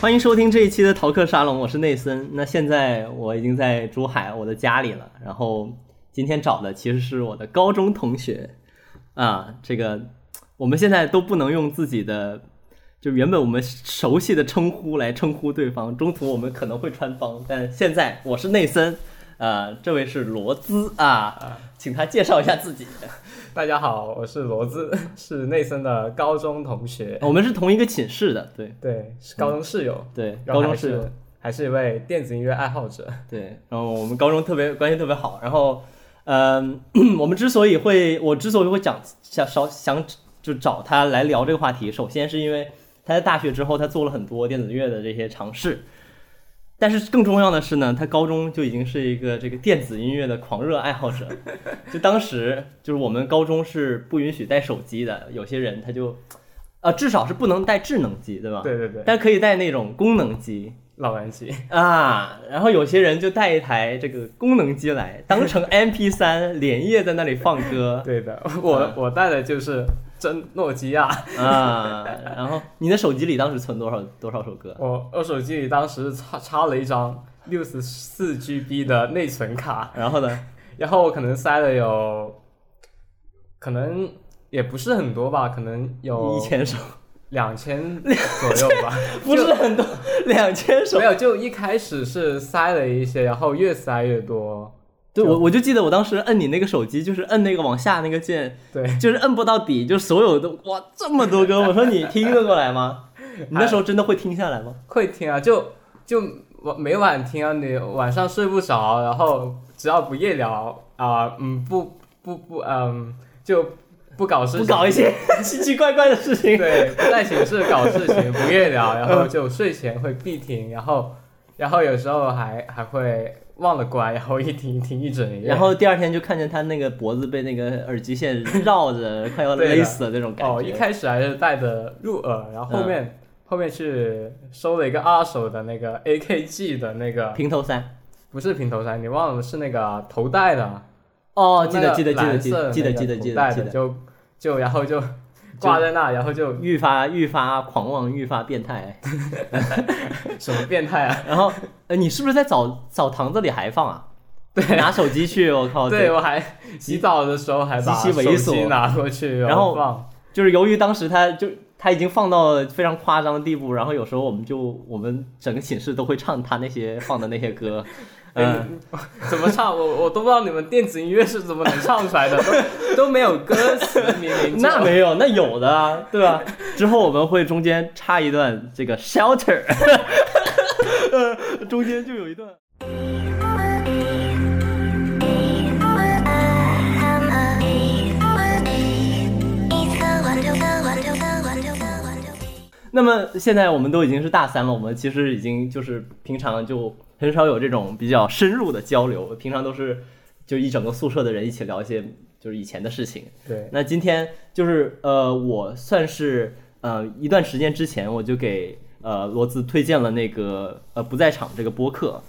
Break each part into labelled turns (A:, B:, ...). A: 欢迎收听这一期的逃课沙龙，我是内森。那现在我已经在珠海我的家里了，然后今天找的其实是我的高中同学啊。这个我们现在都不能用自己的，就原本我们熟悉的称呼来称呼对方，中途我们可能会穿帮，但现在我是内森，呃，这位是罗兹啊，请他介绍一下自己。
B: 大家好，我是罗兹， 是内森的高中同学，
A: 我们是同一个寝室的，对
B: 对，是高中室友，
A: 对，嗯高
B: 然后
A: 中
B: 还
A: 室友。
B: 是还是一位电子音乐爱好者。
A: 对，然后我们高中特别关系特别好，然后，嗯、 我们之所以会，我之所以会讲想少想就找他来聊这个话题，首先是因为他在大学之后，他做了很多电子乐的这些尝试，但是更重要的是呢，他高中就已经是一个这个电子音乐的狂热爱好者， 就当时就是我们高中是不允许带手机的，有些人他就，呃，至少是不能带智能机，对吧？
B: 对对 对，
A: 但可以带那种功能机，
B: 老顽疾，
A: 啊，然后有些人就带一台这个功能机来，当 成 MP 三，连夜在那里放歌
B: 对 的，我
A: 嗯
B: 我带的就是真诺基亚，
A: 啊。然后你的手机里当时存多少多少首歌？
B: 我我手机里当时插插了一张六十四 GB 的内存卡，
A: 然后呢？
B: 然后我可能塞了有，可能也不是很多吧，可能有
A: 一千首，
B: 两千左右 吧。
A: 不是很多，两千首
B: 没。有，就一开始是塞了一些，然后越塞越多。
A: 对我我就记得我当时摁你那个手机，就是摁那个往下那个键，
B: 对，
A: 就是摁不到底，就是所有的哇这么多歌，我说你听得过来吗？你那时候真的会听下来吗？
B: 会听啊，就就晚每晚听啊，你晚上睡不着，然后只要不夜聊啊、嗯，不不不，嗯，就不搞事
A: 不
B: 情，
A: 搞一些 奇奇怪怪的事情。嗯
B: 对，不在寝室搞事情，不夜聊，然后就睡前会必听，然后然后有时候还还会忘了关，然后一听听一整夜，
A: 然后第二天就看见他那个脖子被那个耳机线绕着，快 要勒死了那种感觉。
B: 哦，一开始还是戴的入耳，然后后面、后面去收了一个二手的那个 AKG 的那个，
A: 平头三。
B: 不是平头衫，你忘了是那个头戴的，
A: 哦，记
B: 那
A: 得
B: 个
A: 记得记得
B: 蓝
A: 记
B: 色
A: 得
B: 的
A: 记得
B: 那个
A: 记得记
B: 头戴
A: 得记
B: 的
A: 得，
B: 就就然后就挂在那，然后就
A: 愈发愈发狂妄，愈发变态。
B: 什么变态啊？
A: 然 后，呃，你是不是在澡澡堂子里还放啊？
B: 对，
A: 拿手机去，我靠！
B: 对，我还洗澡的时候还把
A: 极
B: 手
A: 其猥琐
B: 机拿过去，
A: 然后
B: 放，
A: 就是由于当时他就他已经放到非常夸张的地步，然后有时候我们就我们整个寝室都会唱他那些放的那些 歌，嗯，
B: 嗯，怎么唱我我都不知道你们电子音乐是怎么能唱出来的，都都没有歌词，明明 就
A: 那没有，那有的啊，对吧？之后我们会中间插一段这个 shelter，呃中间就有一段。那么现在我们都已经是大三了，我们其实已经就是平常就很少有这种比较深入的交流，平常都是就一整个宿舍的人一起聊一些就是以前的事情。
B: 对，
A: 那今天就是呃，我算是呃一段时间之前我就给呃罗兹推荐了那个呃不在场这个播客，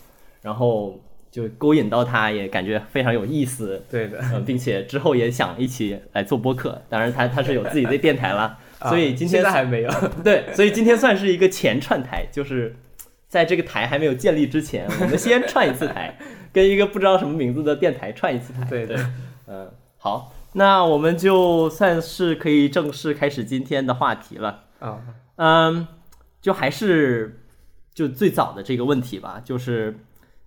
A: 然后就勾引到他，也感觉非常有意 思，
B: 对的。
A: 呃，并且之后也想一起来做播客。当然他他是有自己的电台了，
B: 啊
A: 所以今天
B: 现在还没有，
A: 对，所以今天算是一个前串台，就是在这个台还没有建立之前，我们先串一次台，跟一个不知道什么名字的电台串一次台。
B: 对的
A: 对，嗯，好，那我们就算是可以正式开始今天的话题了。
B: 啊，
A: 嗯，就还是就最早的这个问题吧，就是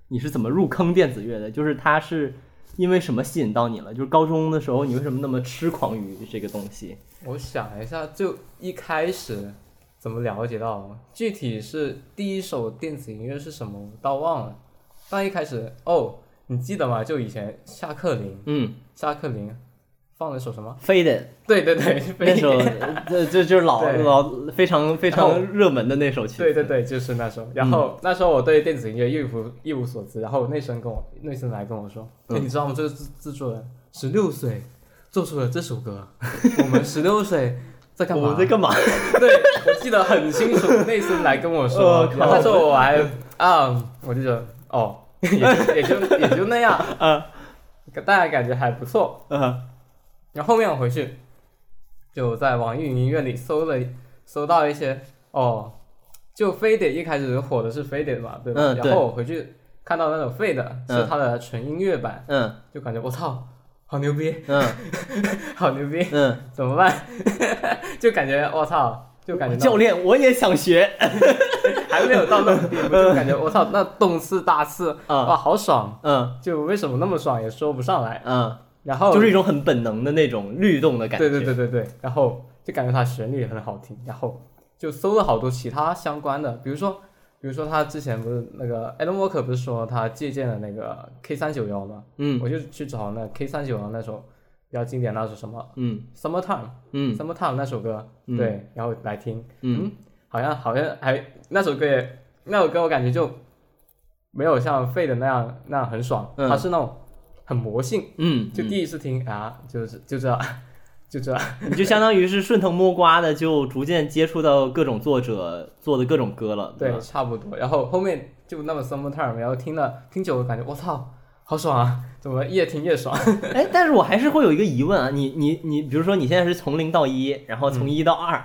A: 你是怎么入坑电子乐的？就是它是因为什么吸引到你了？就是高中的时候，你为什么那么痴狂于这个东西？
B: 我想一下，就一开始怎么了解到的，具体是第一首电子音乐是什么，我倒忘了。但一开始哦，你记得吗？就以前下课铃，
A: 嗯
B: 下课铃放了首什么？
A: ，faded。
B: 对对对，
A: 那首这这就是老
B: 对
A: 老非常非
B: 然后
A: 常热门的那首曲子。
B: 对对对，就是那首。然后、那时候我对电子音乐一无一无所知，然后内生跟我内生来跟我说，
A: 嗯
B: 哎、你知道吗？这个制制作人十六岁做出了这首 歌，我们十六岁在干
A: 我
B: 嘛？
A: 们在干嘛？
B: 对，我记得很清楚，内森来跟我
A: 呃
B: 说，
A: 靠
B: 然后那时候我还啊，我就觉得哦，也就也就也就那样，
A: 啊
B: 大家感觉还不错。
A: 啊
B: 然后后面我回去就在网易云音乐里搜了搜到一些哦，就非典一开始火的是非典嘛，对吧？
A: 嗯对
B: 然后我回去看到那种废的是
A: 嗯
B: 它的纯音乐版，
A: 嗯
B: 就感觉我操，好牛逼，
A: 嗯
B: 好牛逼，
A: 嗯，
B: 怎么办？ 就感觉我操，就感觉到
A: 教练我也想 学
B: 还没有到那种地步，就感觉我操，那动次大次，
A: 啊，
B: 哇，好爽！
A: 嗯
B: 就为什么那么爽也说不上来。
A: 嗯，
B: 然后
A: 就是一种很本能的那种律动的感觉。
B: 对对对对对，然后就感觉它旋律也很好听，然后就搜了好多其他相关的，比如说，比如说他之前不是那个 Alan Walker 不是说他借鉴了那个 K 三九幺吗？
A: 嗯
B: 我就去找那 K 三九幺那首比较经典那首什么
A: 嗯
B: Summertime、
A: 嗯
B: Summertime 那首歌，
A: 嗯
B: 对，然后来听，
A: 嗯，
B: 好像好像还那首歌也那首歌我感觉就没有像 Fade 那样那样很爽，
A: 嗯
B: 它是那种很魔性，
A: 嗯，
B: 就第一次听、啊，就是就这样 就这样。
A: 你就相当于是顺藤摸瓜的，就逐渐接触到各种作者做的各种歌了。
B: 对，
A: 吧
B: 差不多。然后后面就那么 summertime，然后听了听久了，感觉我操，好爽啊！怎么越听 越爽？
A: 哎，但是我还是会有一个疑问啊，你你你，比如说你现在是从零到一，然后从一到二、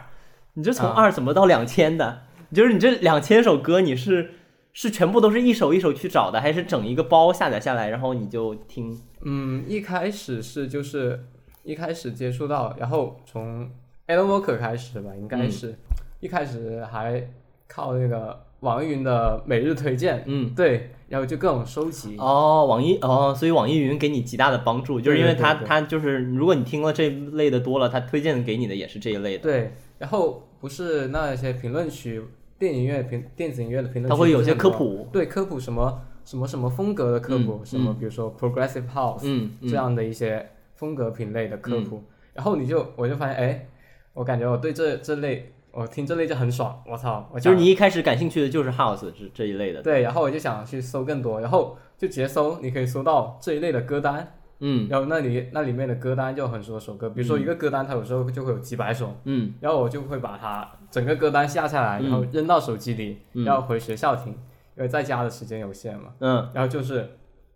A: 你这从
B: 嗯啊
A: 二怎么到两千的？就是你这两千首歌，你是是全部都是一首一首去找的，还是整一个包下载下来，然后你就听？
B: 嗯，一开始是就是一开始接触到，然后从 Alan Walker 开始吧，应
A: 嗯
B: 该是、一开始还靠那个网易云的每日推荐，
A: 嗯，
B: 对，然后就各种收集。
A: 哦，网易哦，所以网易云给你极大的帮助，就是因为它
B: 对对对
A: 它就是，如果你听了这一类的多了，它推荐给你的也是这一类的，
B: 对，然后不是那些评论区电影乐评电子音乐的评论区，
A: 它会有些科。普。
B: 对科普什么什么什么风格的科普，
A: 嗯
B: 什么比如说 progressive house、
A: 嗯，嗯
B: 这样的一些风格品类的科普，然后你就我就发现，哎，我感觉我对这这类我听这类就很爽，我操，我
A: 就是
B: 想
A: 你一开始感兴趣的就是 house 这这一类的。
B: 对，然后我就想去搜更多，然后就直接搜，你可以搜到这一类的歌单，
A: 嗯
B: 然后那里那里面的歌单就有很多首歌，比如说一个歌单它有时候就会有几百首。
A: 嗯
B: 然后我就会把它整个歌单下下来，
A: 嗯
B: 然后扔到手机里，
A: 嗯
B: 然后回学校听，因为在家的时间有限嘛。
A: 嗯，
B: 然后就是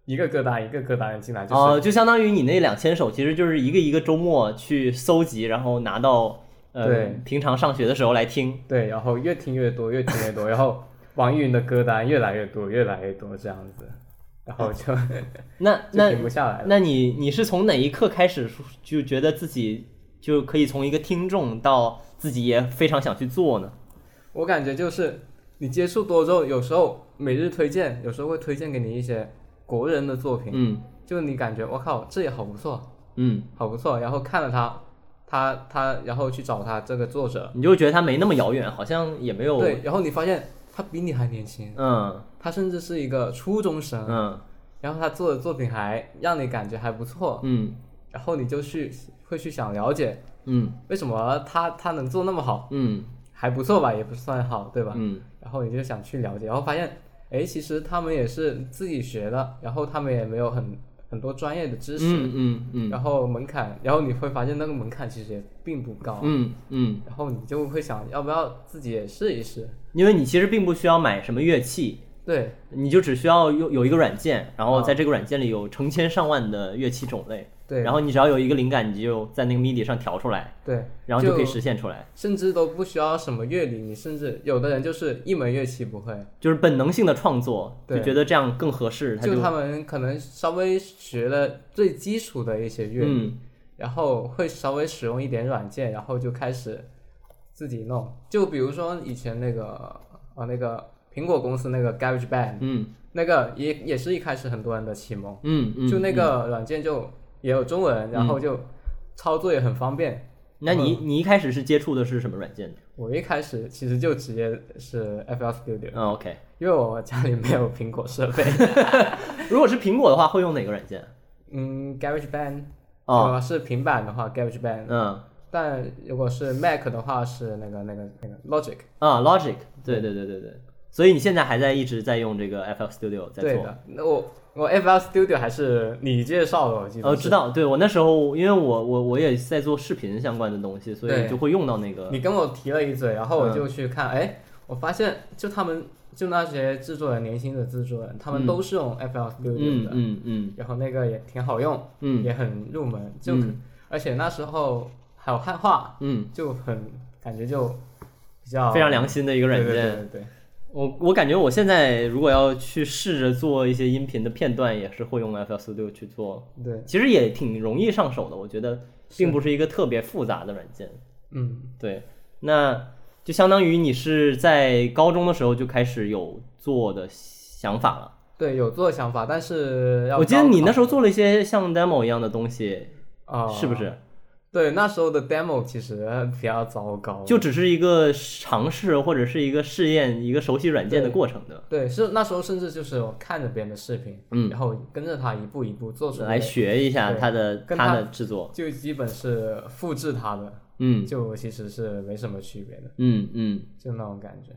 B: 一个歌单一个歌单进来，啊就是、
A: 哦，就相当于你那两千首，其实就是一个一个周末去搜集，然后拿到呃
B: 对
A: 平常上学的时候来听。
B: 对，然后越听越多，越听越多，然后网易云的歌单越来越多，越来越多这样子，然后就
A: 那
B: 就
A: 那
B: 停不下来了。
A: 那你你是从哪一刻开始就觉得自己就可以从一个听众到自己也非常想去做呢？
B: 我感觉就是你接触多之后，有时候每日推荐，有时候会推荐给你一些国人的作品，
A: 嗯
B: 就你感觉我靠，这也好不错，
A: 嗯，
B: 好不错，然后看了他。他他，然后去找他这个作者，
A: 你就觉得它没那么遥远，好像也没有
B: 对，然后你发现他比你还年轻，
A: 嗯
B: 他甚至是一个初中生，
A: 嗯
B: 然后他做的作品还让你感觉还不错，
A: 嗯
B: 然后你就去会去想了解
A: 嗯
B: 为什么他他能做那么好，
A: 嗯
B: 还不错吧，也不算好，对吧？
A: 嗯
B: 然后你就想去了解，然后发现，哎，其实他们也是自己学的，然后他们也没有很很多专业的知识，
A: 嗯嗯嗯
B: 然后门槛，然后你会发现那个门槛其实也并不高，
A: 嗯嗯，
B: 然后你就会想要不要自己也试一试，
A: 因为你其实并不需要买什么乐器，
B: 对
A: 你就只需要有有一个软件，然后
B: 啊
A: 在这个软件里有成千上万的乐器种类，
B: 对，
A: 然后
B: 后
A: 你只要有一个灵感，你就在那个 MIDI 上调出来，
B: 对，
A: 然后就可以实现出来，
B: 甚至都不需要什么乐理，你甚至有的人就是一门乐器不会。
A: 就是本能性的创作，
B: 对
A: 就觉得这样更合适，他
B: 就他们可能稍微学了最基础的一些乐理，
A: 嗯
B: 然后会稍微使用一点软件，然后就开始自己弄。就比如说以前那个啊那个苹果公司那个 GarageBand，
A: 嗯
B: 那个也也是一开始很多人的启蒙，
A: 嗯嗯，
B: 就那
A: 嗯，
B: 个软件就也有中文，然后就操作也很方便。
A: 那你
B: 嗯
A: 你一开始是接触的是什么软件呢
B: 我一开始其实就直接是 FL Studio，
A: 嗯？OK，
B: 因为我家里没有苹果设备。
A: 如果是苹果的话，会用哪个软件？
B: 嗯，GarageBand，如
A: 哦，
B: 果是平板的话，GarageBand，
A: 嗯
B: 但如果是 Mac 的话，是那个那个那个 Logic。
A: 啊，Logic，对对对对对，所以你现在还在一直在用这个 FL Studio 在
B: 对
A: 做。
B: 的，那我我 FL Studio 还是你介绍的，我记得。
A: 呃，知。道，对我那时候，因为我我我也在做视频相关的东西，所以
B: 对
A: 就会用到那个，
B: 你跟我提了一嘴，然后我
A: 嗯
B: 就去看，哎、我发现就他们就那些制作人，年轻的制作人，他们
A: 嗯
B: 都是用 FL Studio
A: 嗯
B: 的，
A: 嗯嗯
B: 然后那个也挺好用，
A: 嗯
B: 也很入门，就、
A: 嗯
B: 而且那时候还有汉化，
A: 嗯
B: 就很感觉就比较
A: 非常良心的一个软件。
B: 啊对对对对对
A: 我我感觉我现在如果要去试着做一些音频的片段，也是会用 FL Studio 去做，
B: 对，
A: 其实也挺容易上手的。我觉得并不是一个特别复杂的软件。
B: 嗯，
A: 对，那就相当于你是在高中的时候就开始有做的想法了。
B: 对，有做想法，但是要
A: 我记得你那时
B: 候
A: 候做了一些像 demo 一样的东西，
B: 啊，
A: 是不？是？
B: 对，那时候的 demo 其实比较糟糕，
A: 就只是一个尝试或者是一个试验、一个熟悉软件的过程的，
B: 对，是那时候甚至就是我看着别人的视频，
A: 嗯
B: 然后跟着他一步一步做出
A: 来
B: 来，
A: 学一下它的
B: 跟
A: 它
B: 它
A: 的制作。
B: 就基本是复制他的，
A: 嗯
B: 就其实是没什么区别的，
A: 嗯嗯，
B: 就那种感觉。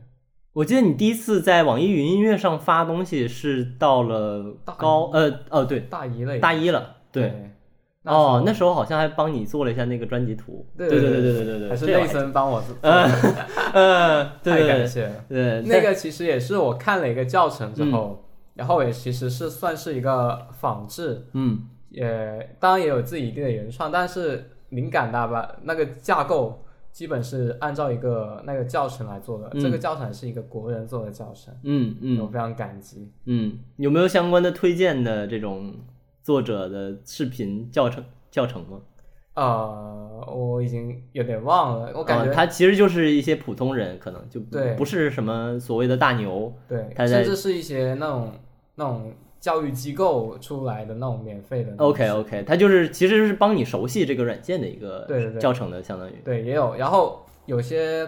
A: 我记得你第一次在网易云音乐上发东西是到了
B: 大一
A: 高呃哦对
B: 大一类，
A: 大一了，对。
B: 那时候
A: 哦，那时候好像还帮你做了一下那个专辑图，
B: 对
A: 对
B: 对
A: 对
B: 对
A: 对对对，
B: 还是
A: 这个
B: 内森帮我做，
A: 呃呃，对
B: 太
A: 对呃
B: 感
A: 对
B: 谢了。
A: 对，
B: 那个其实也是我看了一个教程
A: 嗯
B: 之后，然后也其实是算是一个仿制，
A: 嗯
B: 也当然也有自己一定的原创，但是灵感大吧，那个架构基本是按照一个那个教程来做的。
A: 嗯
B: 这个教程是一个国人做的教程，
A: 嗯嗯
B: 我非常感激。
A: 嗯，有没有相关的推荐的这种作者的视频教程教程吗？
B: 呃，我已经有点忘了，我感
A: 啊
B: 觉、
A: 他其实就是一些普通人，可能就不
B: 对
A: 不是什么所谓的大牛。
B: 对，
A: 他在
B: 甚至是一些那种那种教育机构出来的那种免费的东西
A: OK OK，他就是其实是帮你熟悉这个软件的一个
B: 对对对
A: 教程的，相当于
B: 对，也有。然后有些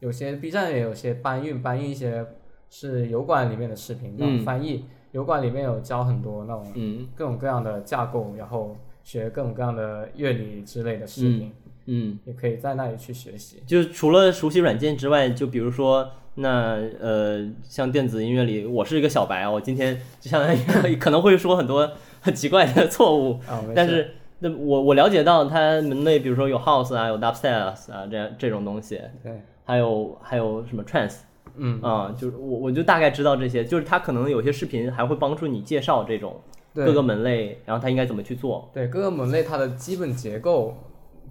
B: 有些 B 站也有些搬运搬运一些是油管里面的视频，那
A: 嗯
B: 种翻译、油管里面有教很多那种
A: 嗯
B: 各种各样的架构，然后学各种各样的乐理之类的视频，
A: 嗯，
B: 也可以在那里去学习。
A: 就是除了熟悉软件之外，就比如说那呃，像电子音乐里，我是一个小白啊，我今天就相当于 可能会说很多很奇怪的错误，
B: 啊、没
A: 但
B: 事
A: 是那我我了解到他门类，比如说有 house 啊，有 dubstep 啊，这样这种东西，
B: 对，
A: 还有还有什么 trance
B: 嗯，
A: 啊、就是我我就大概知道这些，就是他可能有些视频还会帮助你介绍这种各
B: 对
A: 个门类，然后他应该怎么去做。
B: 对，各个门类它的基本结构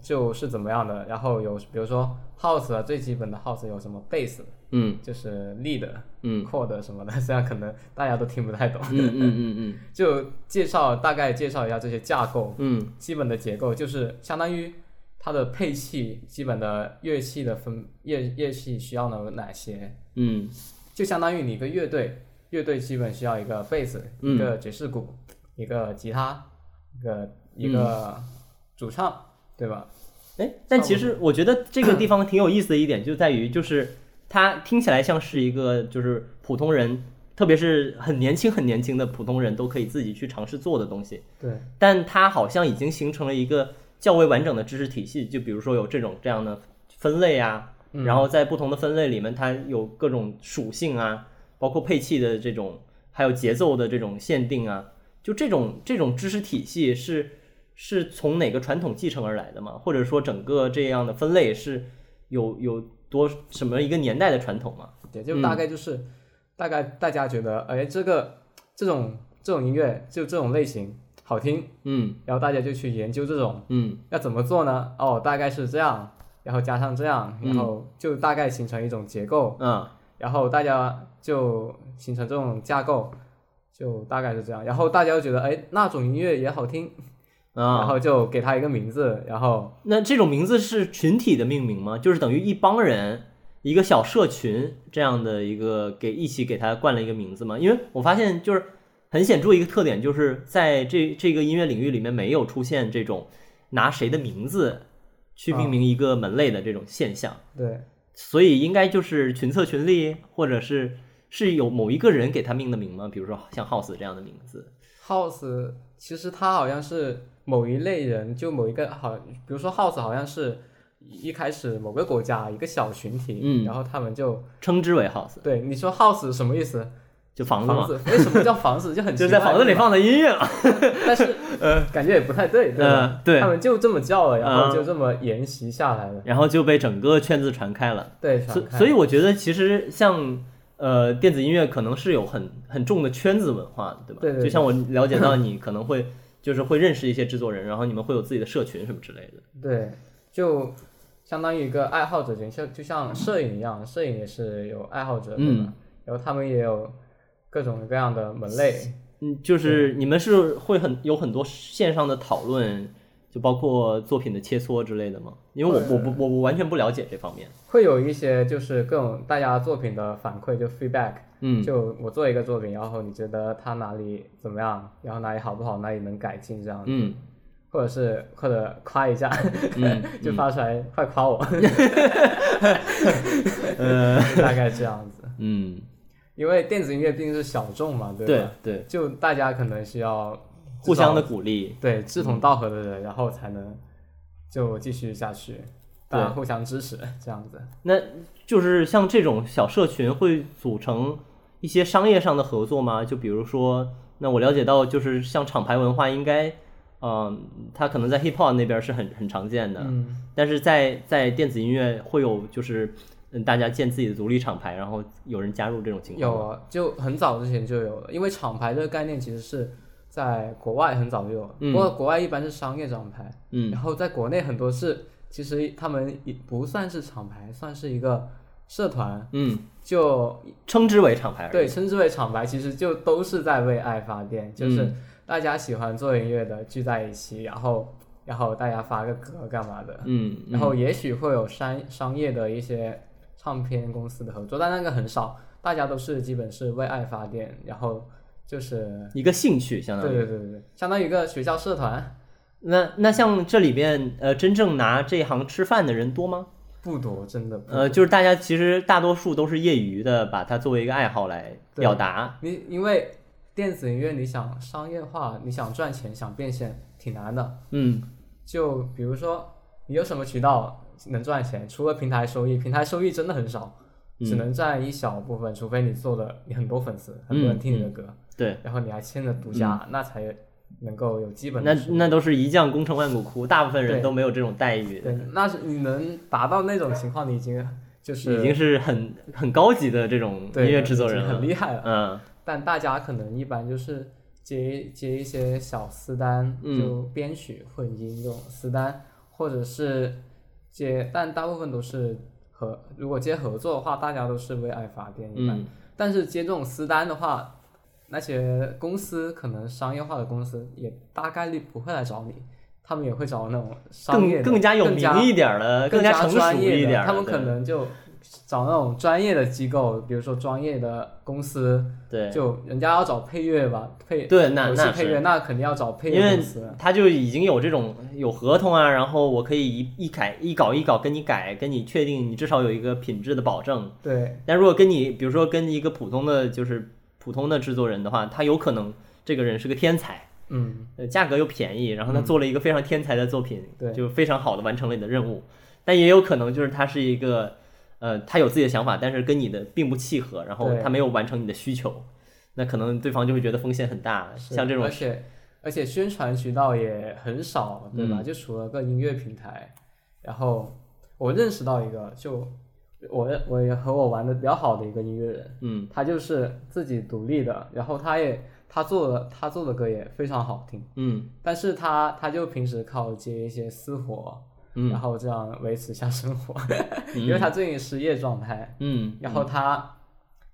B: 就是怎么样的，然后有比如说 house 啊，最基本的 house 有什么 bass，
A: 嗯
B: 就是 lead、
A: 嗯
B: chord 什么的， 虽然可能大家都听不太懂，
A: 嗯嗯嗯
B: 就介绍大概介绍一下这些架构，
A: 嗯嗯
B: 基本的结构就是相当于它的配器，基本的乐器的分乐乐器需要的哪些，
A: 嗯
B: 就相当于你一个乐队，乐队基本需要一个贝斯、
A: 嗯
B: 一个爵士鼓、一个吉他、一个一个
A: 嗯
B: 主唱，对吧？
A: 哎，但其实我觉得这个地方挺有意思的一点就在于，就是它听起来像是一个就是普通人，特别是很年轻很年轻的普通人都可以自己去尝试做的东西，
B: 对
A: 但它好像已经形成了一个较为完整的知识体系，就比如说有这种这样的分类啊，
B: 嗯
A: 然后在不同的分类里面，它有各种属性啊，包括配器的这种，还有节奏的这种限定啊，就这种这种知识体系是是从哪个传统继承而来的吗？或者说整个这样的分类是有有多什么一个年代的传统吗？
B: 也就
A: 嗯
B: 大概就是、大概大家觉得，哎，这个这种这种音乐就这种类型好听，
A: 嗯
B: 然后大家就去研究这种。
A: 嗯
B: 要怎么做呢？哦，大概是这样，然后加上这样，
A: 嗯
B: 然后就大概形成一种结构，
A: 啊
B: 然后大家就形成这种架构，就大概是这样。然后大家就觉得，哎，那种音乐也好听，然
A: 啊，
B: 后就给它一个名字，然后
A: 那这种名字是群体的命名吗？就是等于一帮人。一个小社群这样的一个给一起给它冠了一个名字吗？因为我发现就是很显著一个特点，就是在这这个音乐领域里面没有出现这种拿谁的名字去命名一个门类的这种现象，
B: 对
A: 所以应该就是群策群力，或者是是有某一个人给他命的名吗？比如说像 House 这样的名字，
B: ，house 其实它好像是某一类人，就某一个好，比如说 house 好像是一开始某个国家一个小群体，
A: 嗯
B: 然后他们就
A: 称之为 House，
B: 对你说 house 什么意思？
A: 就房子
B: 房
A: 嘛，
B: 子为什么叫房子？就很
A: 就
B: 奇
A: 在
B: 怪
A: 房子里
B: 对吧
A: 放的音乐嘛。
B: 但是呃，感觉也不太对，对吧
A: 嗯？对
B: 他们就这么叫了，然
A: 嗯
B: 后就这么沿袭下来了，
A: 然后就被整个圈子传开了。
B: 对，
A: 所
B: 传开
A: 所以我觉得其实像呃电子音乐可能是有很很重的圈子文化的，对吧？
B: 对对对
A: 就像我了解到你可能会 就是会认识一些制作人，然后你们会有自己的社群什么之类的。
B: 对，就相当于一个爱好者群，就就像摄影一样，摄影也是有爱好者，对
A: 嗯
B: 吧？然后他们也有各种各样的门类，
A: 嗯，就是你们是会很有很多线上的讨论，就包括作品的切磋之类的吗？因为
B: 呃
A: 我我不我我完全不了解这方面。
B: 会有一些就是各种大家作品的反馈，就 feedback，
A: 嗯
B: 就我做一个作品，然后你觉得它哪里怎么样，然后哪里好不好，哪里能改进这样，
A: 嗯，
B: 或者是或者夸一下，
A: 嗯
B: 就发出来、快夸我，
A: 呃，
B: 大概这样子。
A: 嗯，
B: 因为电子音乐毕竟是小众嘛，对
A: 对
B: 吧？
A: 对，
B: 就大家可能需要
A: 互相嗯的
B: 至
A: 鼓励
B: 少。对志同道合的人，然后才能就继续下去，大家
A: 对
B: 互相支持这样子。
A: 那就是像这种小社群会组成一些商业上的合作吗？就比如说，那我了解到，就是像厂牌文化，应该，嗯、它可能在 hip hop 那边是很很常见的，
B: 嗯，
A: 但是在在电子音乐会有就是，嗯，大家建自己的独立厂牌，然后有人加入这种情况
B: 有
A: 吗。
B: 啊，就很早之前就有了，因为厂牌这个概念其实是在国外很早就有了，
A: 嗯
B: 不过国外一般是商业厂牌，
A: 嗯
B: 然后在国内很多是其实他们也不算是厂牌，算是一个社团，
A: 嗯，
B: 就
A: 称之为厂牌而已。
B: 对，称之为厂牌，其实就都是在为爱发电，就是
A: 嗯
B: 大家喜欢做音乐的聚在一起，然后然后大家发个歌干嘛的，
A: 嗯，嗯
B: 然后也许会有商商业的一些唱片公司的合作，但那个很少，大家都是基本是为爱发电，然后就是
A: 一个兴趣相
B: 对
A: 当于。
B: 对对对，对相当于一个学校 社团，
A: 那那像这里边呃，真正拿这行吃饭的人多吗？
B: 不多，真的不多
A: 呃，就是大家其实大多数都是业余的，把它作为一个爱好来
B: 对
A: 表达。
B: 你因为电子音乐你想商业化，你想赚钱，想变现，挺难的。
A: 嗯
B: 就比如说，你有什么渠道能赚钱？除了平台收益，平台收益真的很少，
A: 嗯
B: 只能占一小部分，除非你做了你很多粉丝，很多人听你的歌，
A: 嗯对，嗯
B: 然后你还签了独家，那才能够有基本
A: 那
B: 的收益。
A: 那都是一将功成万骨枯，大部分人
B: 对
A: 都没有这种待遇，
B: 对，那是你能达到那种情况，你已经就是
A: 已经是很很高级的这种音
B: 对
A: 乐制作人
B: 已经
A: 了
B: 很。厉害了。
A: 嗯
B: 但大家可能一般就是接接一些小私单，
A: 嗯
B: 就编曲混音这种私单，或者是接，但大部分都是合，如果接合作的话，大家都是为爱发电一般。
A: 嗯
B: 但是接这种私单的话，那些公司可能商业化的公司也大概率不会来找你，他们也会找那种商
A: 更
B: 业的
A: 更加有
B: 更加
A: 名一点的，
B: 更
A: 加成熟
B: 专业
A: 一
B: 的
A: 点儿的，
B: 他们可能就找那种专业的机构，比如说专业的公司，
A: 对
B: 就人家要找配乐吧，配
A: 对那
B: 游戏
A: 那
B: 配乐，那肯定要找配
A: 因
B: 乐
A: 为
B: 公司。
A: 他就已经有这种有合同啊，然后我可以一一改一搞一搞跟你改，跟你确定你至少有一个品质的保证。
B: 对
A: 但如果跟你，比如说跟一个普通的就是普通的制作人的话，他有可能这个人是个天才，
B: 嗯，
A: 呃，价格又便宜，然后他做了一个非常天才的作品，
B: 对
A: 就非常好的完成了你的任务。但也有可能就是他是一个，呃，他有自己的想法，但是跟你的并不契合，然后
B: 对
A: 他没有完成你的需求，那可能对方就会觉得风险很大。
B: 是
A: 像这种
B: 而，且而且宣传渠道也很少，对
A: 嗯
B: 吧？就除了个音乐平台，然后我认识到一个，就我我也和我玩的比较好的一个音乐人，
A: 嗯
B: 他就是自己独立的，然后他也他做的他做的歌也非常好听，
A: 嗯
B: 但是他他就平时靠接一些私活，然
A: 嗯
B: 后这样维持一下生活，因为他最近失业状态，
A: 嗯，
B: 然后他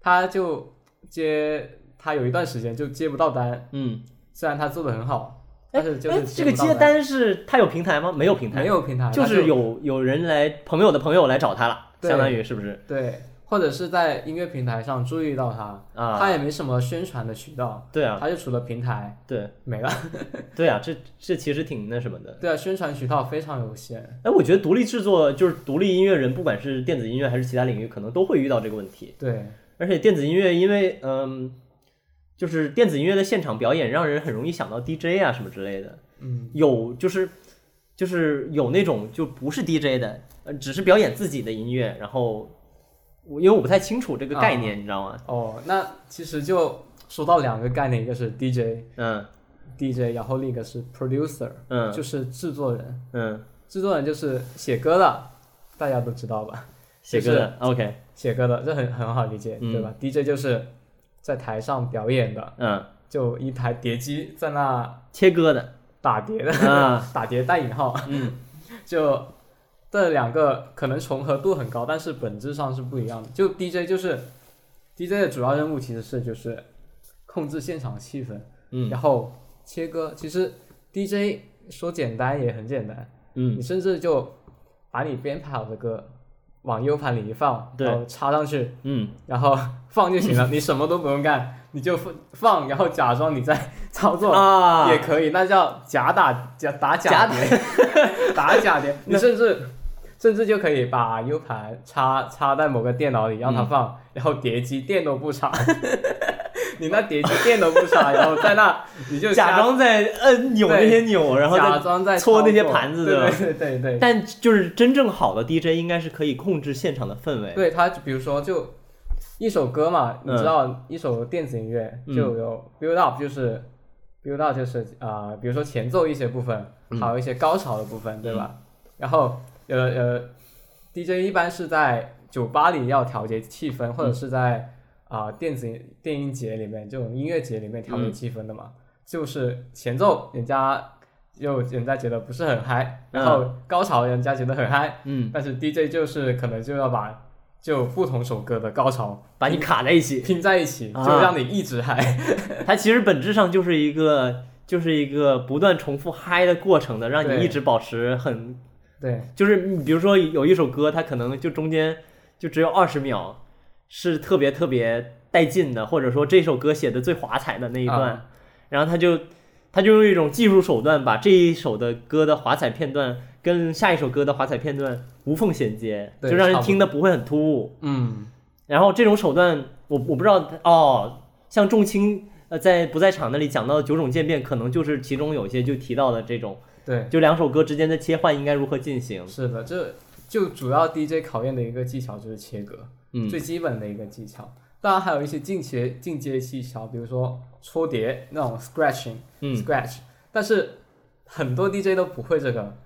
B: 他就接他有一段时间就接不到单，
A: 嗯，
B: 虽然他做的很好，
A: 哎
B: 但是就
A: 哎
B: 是，
A: 这个
B: 不到
A: 接单是他有平台吗？没有平台，
B: 没有平台，
A: 就
B: 他
A: 是有有人来朋友的朋友来找他了，
B: 啊对
A: 相当于是不是
B: 对，或者是在音乐平台上注意到他，
A: 啊？
B: 他也没什么宣传的渠道，
A: 对啊，
B: 他就除了平台
A: 对
B: 没了，
A: 对啊，这这其实挺那什么的。
B: 对啊，宣传渠道非常有限，
A: 哎，我觉得独立制作就是独立音乐人，不管是电子音乐还是其他领域，可能都会遇到这个问题。
B: 对
A: 而且电子音乐，因为嗯，就是电子音乐的现场表演，让人很容易想到 DJ 啊什么之类的。
B: 嗯，
A: 有就是就是有那种就不是 DJ 的，呃，只是表演自己的音乐，然后。我因为我不太清楚这个概
B: 啊
A: 念，你知道吗？
B: 哦，那其实就说到两个概念，一个是 DJ。
A: 嗯
B: DJ，然后另一个是 producer，、
A: 嗯
B: 就是制作人。
A: 嗯，
B: 制作人就是写歌的，大家都知道吧？
A: 写歌的，OK，
B: 写歌的这很很好理解，
A: 嗯
B: 对吧？DJ 就是在台上表演的，
A: 嗯，
B: 就一台碟机在那
A: 切割的
B: 打碟的，
A: 啊，
B: 打碟带引号，
A: 嗯，
B: 就这两个可能重合度很高，但是本质上是不一样的。就 DJ 就是 DJ 的主要任务其实是就是控制现场气氛，
A: 嗯
B: 然后切歌。其实 DJ 说简单也很简单，你
A: 嗯
B: 甚至就把你编排好的歌往 U 盘里一放，
A: 对
B: 然后插上去，
A: 嗯，
B: 然后放就行了，你什么都不用干，你就放放，然后假装你在操作。
A: 啊
B: 哦也可以，那叫假打假打假碟， 打 假碟。你甚至甚至就可以把 U 盘插插在某个电脑里让它
A: 嗯
B: 放，然后碟机电都不插， 你那碟机电都不插，然后在那你就瞎
A: 假装在摁扭那些钮，然后
B: 假
A: 再
B: 装在
A: 搓那些
B: 操作
A: 盘子
B: 对
A: 的
B: 对对对对，
A: 但就是真正好的 DJ 应该是可以控制现场的氛围。
B: 对他比如说就一首歌嘛，你知道一首电子音乐
A: 嗯
B: 就有 build up 就是。build up 就是啊、呃比如说前奏一些部分，
A: 嗯
B: 还有一些高潮的部分，对吧？然后呃呃，DJ 一般是在酒吧里要调节气氛，
A: 嗯
B: 或者是在啊、电子电音节里面这种音乐节里面调
A: 嗯
B: 节气氛的嘛。就是前奏人家又人家觉得不是很嗨，
A: 嗯
B: 然后高潮人家觉得很嗨，
A: 嗯，
B: 但是 DJ 就是可能就要把就不同首歌的高潮
A: 把你卡在一 起。
B: 拼在一起，
A: 啊
B: 就让你一直嗨。
A: 它其实本质上就是一个就是一个不断重复嗨的过程的，让你
B: 对
A: 一直保持很
B: 对
A: 就是你比如说有一首歌，它可能就中间就只有二十秒是特别特别带劲的，或者说这首歌写的最华彩的那一段，
B: 啊
A: 然后他就他就用一种技术手段把这一首的歌的华彩片段跟下一首歌的华彩片段无缝衔接，
B: 对
A: 就让
B: 差
A: 人
B: 不多
A: 听的不会很突兀。
B: 嗯，
A: 然后这种手段，我我不知道哦，像仲青呃在不在场那里讲到的九种渐变，可能就是其中有些就提到的这种，
B: 对，
A: 就两首歌之间的切换应该如何进行。
B: 是的，这就主要 DJ 考验的一个技巧就是切割。
A: 嗯，
B: 最基本的一个技巧。当然还有一些进阶进阶技巧，比如说搓碟那种 scratching、
A: 嗯
B: scratch，但是很多 DJ 都不会这个，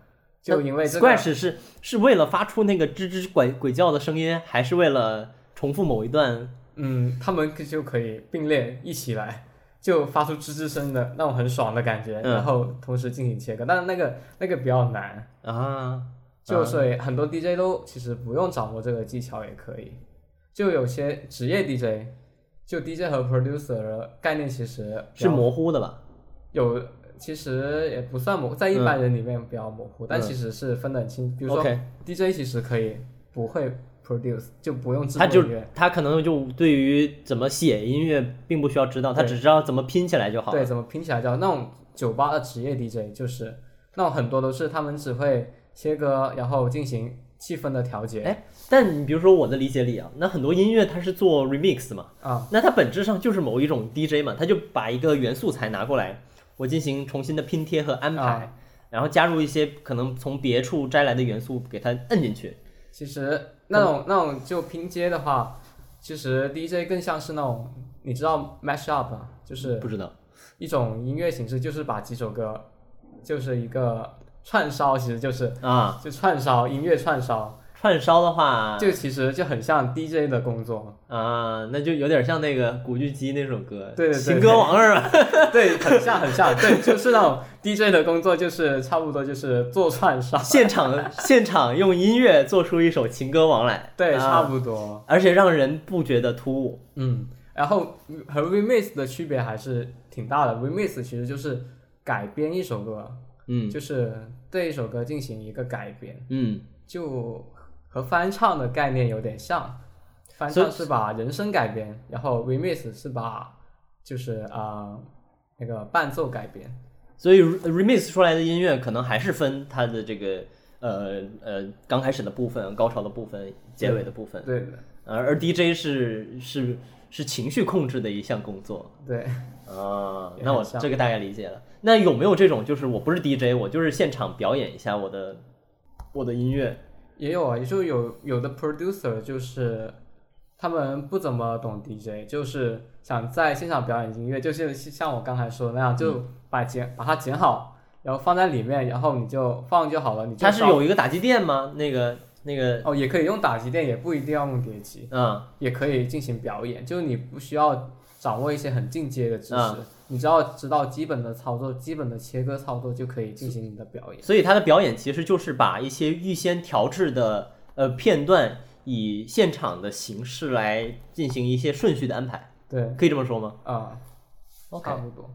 B: 就因为这个
A: Scratch 是是为了发出那个吱吱鬼鬼叫的声音，还是为了重复某一段？
B: 嗯，他们就可以并列一起来，就发出吱吱声的那种很爽的感觉，
A: 嗯
B: 然后同时进行切割，但是那个那个比较难，
A: 啊，
B: 就所以很多 DJ 都其实不用掌握这个技巧也可以，就有些职业 DJ，就 DJ 和 producer 的概念其实比
A: 是
B: 较
A: 模糊的吧？
B: 有，其实也不算模糊，在一般人里面比较模糊，但其实是分得很清。比如
A: 嗯
B: 说
A: OK
B: DJ 其实可以不会 produce，就不用制
A: 他
B: 作
A: 就
B: 音乐，
A: 他可能就对于怎么写音乐并不需要知道，他
B: 对
A: 只知道怎么拼起来就好
B: 对，
A: 了。
B: 怎么拼起来叫那种酒吧的职业 DJ，就是那种很多都是他们只会切歌，然后进行气氛的调节
A: 哎，但你比如说我的理解里啊，那很多音乐它是做 remix 嘛，
B: 啊，
A: 那它本质上就是某一种 DJ 嘛，他就把一个元素材拿过来，我进行重新的拼贴和安排，
B: 啊
A: 然后加入一些可能从别处摘来的元素给它摁进去。
B: 其实那种、那种就拼接的话，其实 DJ 更像是那种你知道 mash up 啊，就是
A: 嗯不知道，
B: 一种音乐形式，就是把几首歌，就是一个串烧，其实就是
A: 啊，
B: 就串烧音乐串烧，
A: 串烧的话，
B: 就其实就很像 DJ 的工作，
A: 啊，那就有点像那个古巨基那首歌，
B: 对对对
A: 情歌王二啊，
B: 对，很像很像，对，就是那种 DJ 的工作，就是差不多就是做串 烧，
A: 现场现场用音乐做出一首情歌王来，
B: 对，
A: 啊
B: 差不多，
A: 而且让人不觉得突兀，
B: 嗯，然后和 remix 的区别还是挺大的，remix 其实就是改编一首歌，
A: 嗯
B: 就是对一首歌进行一个改编，
A: 嗯，
B: 就和翻唱的概念有点像。翻
A: 所以
B: 唱是把人声改编，然后 remix 是把就是啊、呃那个伴奏改编。
A: 所以 re- remix 出来的音乐可能还是分它的这个呃呃刚开始的部分、高潮的部分、结尾的部分，
B: 对的
A: 而而 DJ 是是是情绪控制的一项工作，
B: 对，
A: 啊，
B: 也
A: 那
B: 很
A: 我
B: 像
A: 这个大概理解了。那有没有这种，就是我不是 DJ，我就是现场表演一下我的我的音乐？
B: 也有啊，就有有的 producer 就是他们不怎么懂 DJ，就是想在现场表演音乐，就是像我刚才说的那样，就把剪、把它剪好，然后放在里面，然后你就放就好了。你就
A: 它是
B: 烧
A: 有一个打击垫吗？那个那个，
B: 哦，也可以用打击垫，也不一定要用碟机。
A: 嗯
B: 也可以进行表演，就是你不需要掌握一些很进阶的知识，
A: 嗯
B: 你只要知道基本的操作、基本的切割操作，就可以进行你的表演。
A: 所以他的表演其实就是把一些预先调制的呃片段，以现场的形式来进行一些顺序的安排，
B: 对，
A: 可以这么说吗
B: 啊、
A: ？OK，
B: 差不多。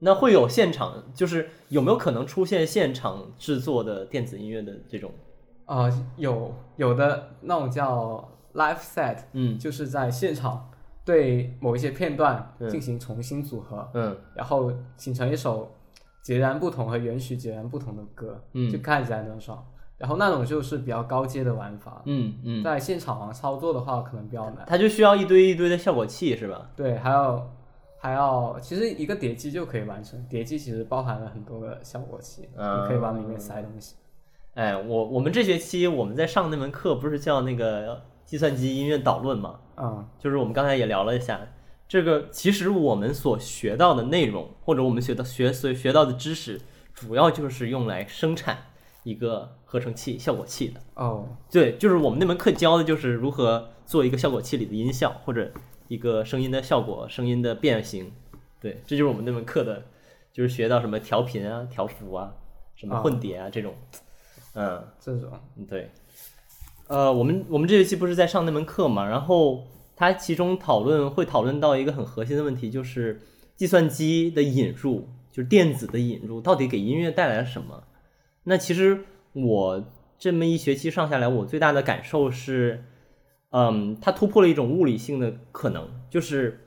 A: 那会有现场，就是有没有可能出现现场制作的电子音乐的这种？
B: 啊、有有的那种叫 live set，
A: 嗯
B: 就是在现场对某一些片段
A: 嗯
B: 进行重新组合，
A: 嗯
B: 然后形成一首截然不同和原曲截然不同的歌，
A: 嗯
B: 就看起来很爽。然后那种就是比较高阶的玩法，
A: 嗯嗯，
B: 在现场操作的话可能比较难。
A: 他就需要一堆一堆的效果器是吧？
B: 对，还有还要，其实一个叠机就可以完成。叠机其实包含了很多个效果器，你可以往里面塞东西。
A: 哎，我我们这学期我们在上那门课不是叫那个计算机音乐导论吗？
B: 嗯
A: 就是我们刚才也聊了一下，这个其实我们所学到的内容，或者我们学到学所学到的知识，主要就是用来生产一个合成器、效果器的。
B: 哦，
A: 对，就是我们那门课教的就是如何做一个效果器里的音效，或者一个声音的效果、声音的变形。对，这就是我们那门课的，就是学到什么调频啊、调幅啊、什么混叠啊、这种。嗯，
B: 这种
A: 对，呃，我们我们这学期不是在上那门课嘛，然后它其中讨论会讨论到一个很核心的问题，就是计算机的引入，就是电子的引入，到底给音乐带来了什么？那其实我这么一学期上下来，我最大的感受是，嗯，它突破了一种物理性的可能，就是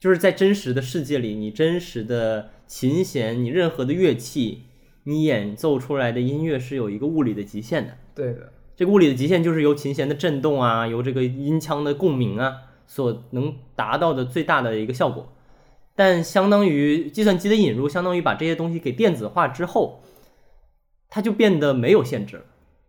A: 就是在真实的世界里，你真实的琴弦，你任何的乐器，你演奏出来的音乐是有一个物理的极限的。
B: 对的，
A: 这个物理的极限就是由琴弦的震动啊，由这个音腔的共鸣啊，所能达到的最大的一个效果。但相当于计算机的引入，相当于把这些东西给电子化之后，它就变得没有限制了，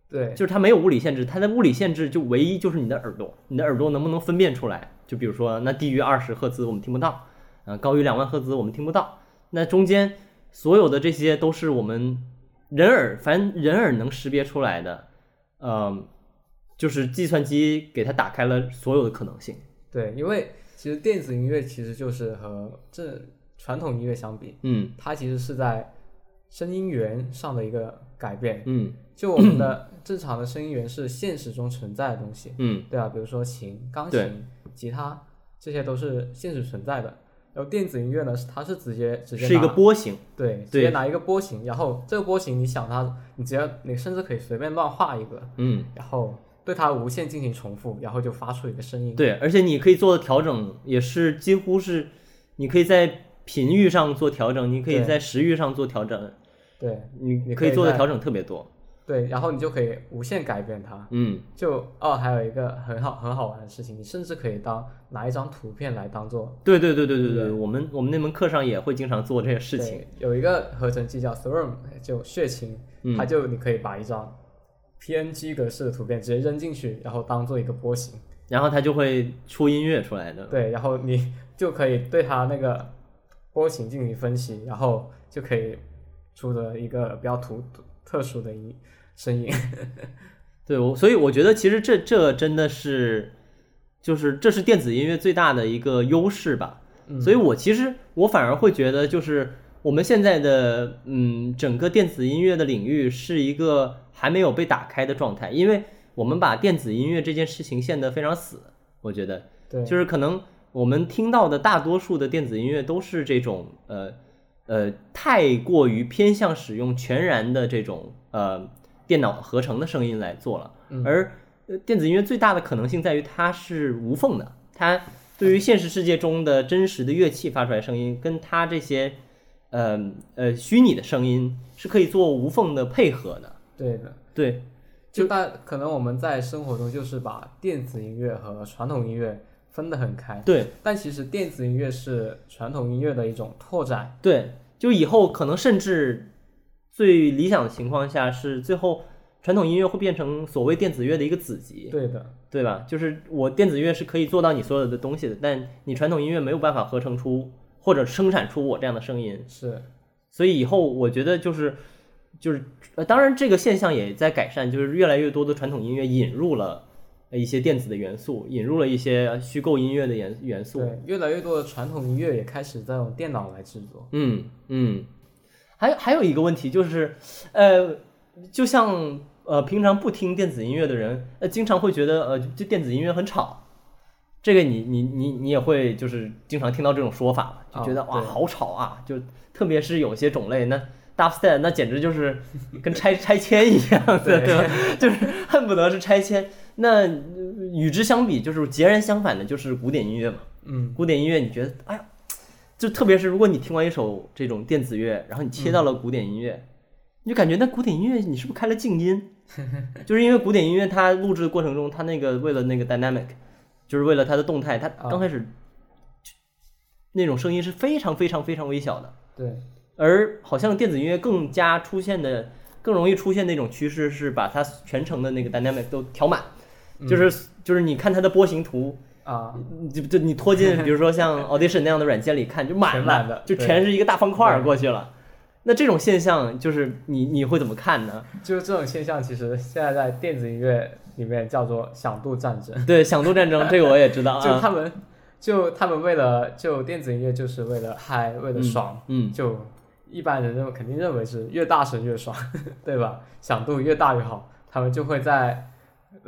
B: 对
A: 就是它没有物理限制，它的物理限制就唯一就是你的耳朵，你的耳朵能不能分辨出来？就比如说，那低于二十赫兹我们听不到，啊、高于两万赫兹我们听不到。那中间所有的这些都是我们人耳，反正人耳能识别出来的，嗯、就是计算机给它打开了所有的可能性。
B: 对，因为其实电子音乐其实就是和这传统音乐相比，
A: 嗯
B: 它其实是在声音源上的一个改变。
A: 嗯
B: 就我们的正常的声音源是现实中存在的东西，
A: 嗯
B: 对啊，比如说琴、钢
A: 对
B: 琴、吉他，这些都是现实存在的。然后电子音乐呢，是它是直接直接
A: 是一个
B: 拿
A: 波形。
B: 对，直
A: 对
B: 接拿一个波形，然后这个波形你想它，你只要你甚至可以随便乱画一个，
A: 嗯，
B: 然后对它无限进行重复，然后就发出一个声音。
A: 对，而且你可以做的调整也是几乎是，你可以在频域上做调整，你可以
B: 对
A: 在时域上做调整，
B: 对
A: 你
B: 你
A: 可
B: 可
A: 以
B: 以
A: 做的
B: 在
A: 调整特别多。
B: 对，然后你就可以无限改变它。
A: 嗯
B: 就哦，还有一个很好很好玩的事情，你甚至可以当拿一张图片来当做
A: 对对对对对对，我们我们那门课上也会经常做这个事情。
B: 对有一个合成器叫 Thrum，就血清，
A: 嗯
B: 它就你可以把一张 PNG 格式的图片直接扔进去，然后当做一个波形，
A: 然后它就会出音乐出来的。
B: 对，然后你就可以对它那个波形进行分析，然后就可以出的一个比较突特殊的音声音。
A: 对，我所以我觉得其实这这真的是，就是这是电子音乐最大的一个优势吧。所以我其实我反而会觉得，就是我们现在的嗯，整个电子音乐的领域是一个还没有被打开的状态，因为我们把电子音乐这件事情限得非常死，我觉得。
B: 对，
A: 就是可能我们听到的大多数的电子音乐都是这种呃呃太过于偏向使用全然的这种呃电脑合成的声音来做了，而呃电子音乐最大的可能性在于它是无缝的，它对于现实世界中的真实的乐器发出来的声音，跟它这些呃呃虚拟的声音是可以做无缝的配合的，
B: 对的。
A: 对，
B: 就大可能我们在生活中就是把电子音乐和传统音乐分得很开，
A: 对，
B: 但其实电子音乐是传统音乐的一种拓展。
A: 对，就以后可能甚至最理想的情况下是，最后传统音乐会变成所谓电子乐的一个子集，
B: 对的，
A: 对吧？就是我电子乐是可以做到你所有的东西的，但你传统音乐没有办法合成出或者生产出我这样的声音，
B: 是
A: 所以以后我觉得就是就是呃，当然这个现象也在改善，就是越来越多的传统音乐引入了。呃一些电子的元素，引入了一些虚构音乐的元元素。
B: 对，越来越多的传统音乐也开始在用电脑来制作。
A: 嗯嗯，还有还有一个问题就是，呃，就像呃平常不听电子音乐的人，呃，经常会觉得呃这电子音乐很吵。这个你你你你也会就是经常听到这种说法嘛，就觉得、
B: 啊
A: 哇
B: 对
A: 好吵啊！就特别是有些种类，那 dubstep 那简直就是跟拆拆迁一样的，
B: 对
A: 对吧？就是恨不得是拆迁。那呃与之相比，就是截然相反的，就是古典音乐嘛。
B: 嗯，
A: 古典音乐，你觉得，哎呀，就特别是如果你听完一首这种电子乐，然后你切到了古典音乐，你就感觉那古典音乐你是不是开了静音？ 就是因为古典音乐它录制的过程中，它那个为了那个 dynamic，就是为了它的动态，它
B: 啊
A: 刚开始、那种声音是非常非常非常微小的，
B: 对，
A: 而好像电子音乐更加出现的。更容易出现那种趋势是把它全程的那个 dynamic 都调满，就是就是你看它的波形图，
B: 啊，
A: 你就就你拖 进，比如说像 Audition 那样的软件里看，就满了，
B: 全满了
A: 就
B: 对嗯
A: 全是一个大方块儿过去了。那这种现象，就是你你会怎么看呢？
B: 就是这种现象，其实现在在电子音乐里面叫做响度战争。
A: 对，响度战争这个我也知道
B: 就
A: 啊，
B: 他们，就他们为了就电子音乐就是为了嗨，为了爽，
A: 嗯，
B: 就一般人认为肯定认为是越大声越爽， 对吧？响度越大越好，他们就会在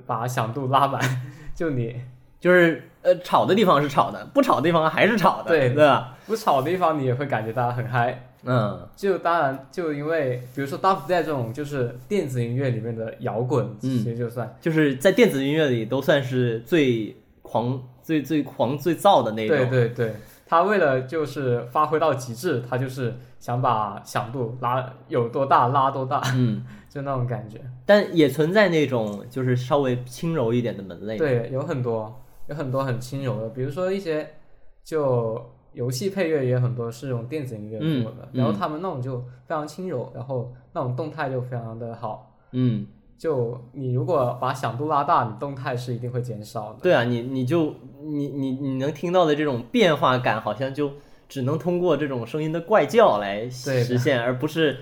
B: 把响度拉满， 就你
A: 就是呃吵的地方是吵的，不吵的地方还是吵的，
B: 对
A: 对吧？
B: 不吵的地方，你也会感觉大家很嗨。
A: 嗯
B: 就当然就因为比如说 dubstep 这种就是电子音乐里面的摇滚，其实就算、
A: 就是在电子音乐里都算是最狂、最最狂、最燥的那种。
B: 对对对。他为了就是发挥到极致，他就是想把响度拉有多大拉多大，
A: 嗯，
B: 就那种感觉。
A: 但也存在那种就是稍微轻柔一点的门类。
B: 对，有很多，有很多很轻柔的，比如说一些就游戏配乐也很多是用电子音乐做的，
A: 嗯
B: 然后
A: 嗯
B: 他们那种就非常轻柔，然后那种动态就非常的好。
A: 嗯，
B: 就你如果把响度拉大，你动态是一定会减少的。
A: 对啊，你你就你你你能听到的这种变化感，好像就只能通过这种声音的怪叫来
B: 对的
A: 实现，而不是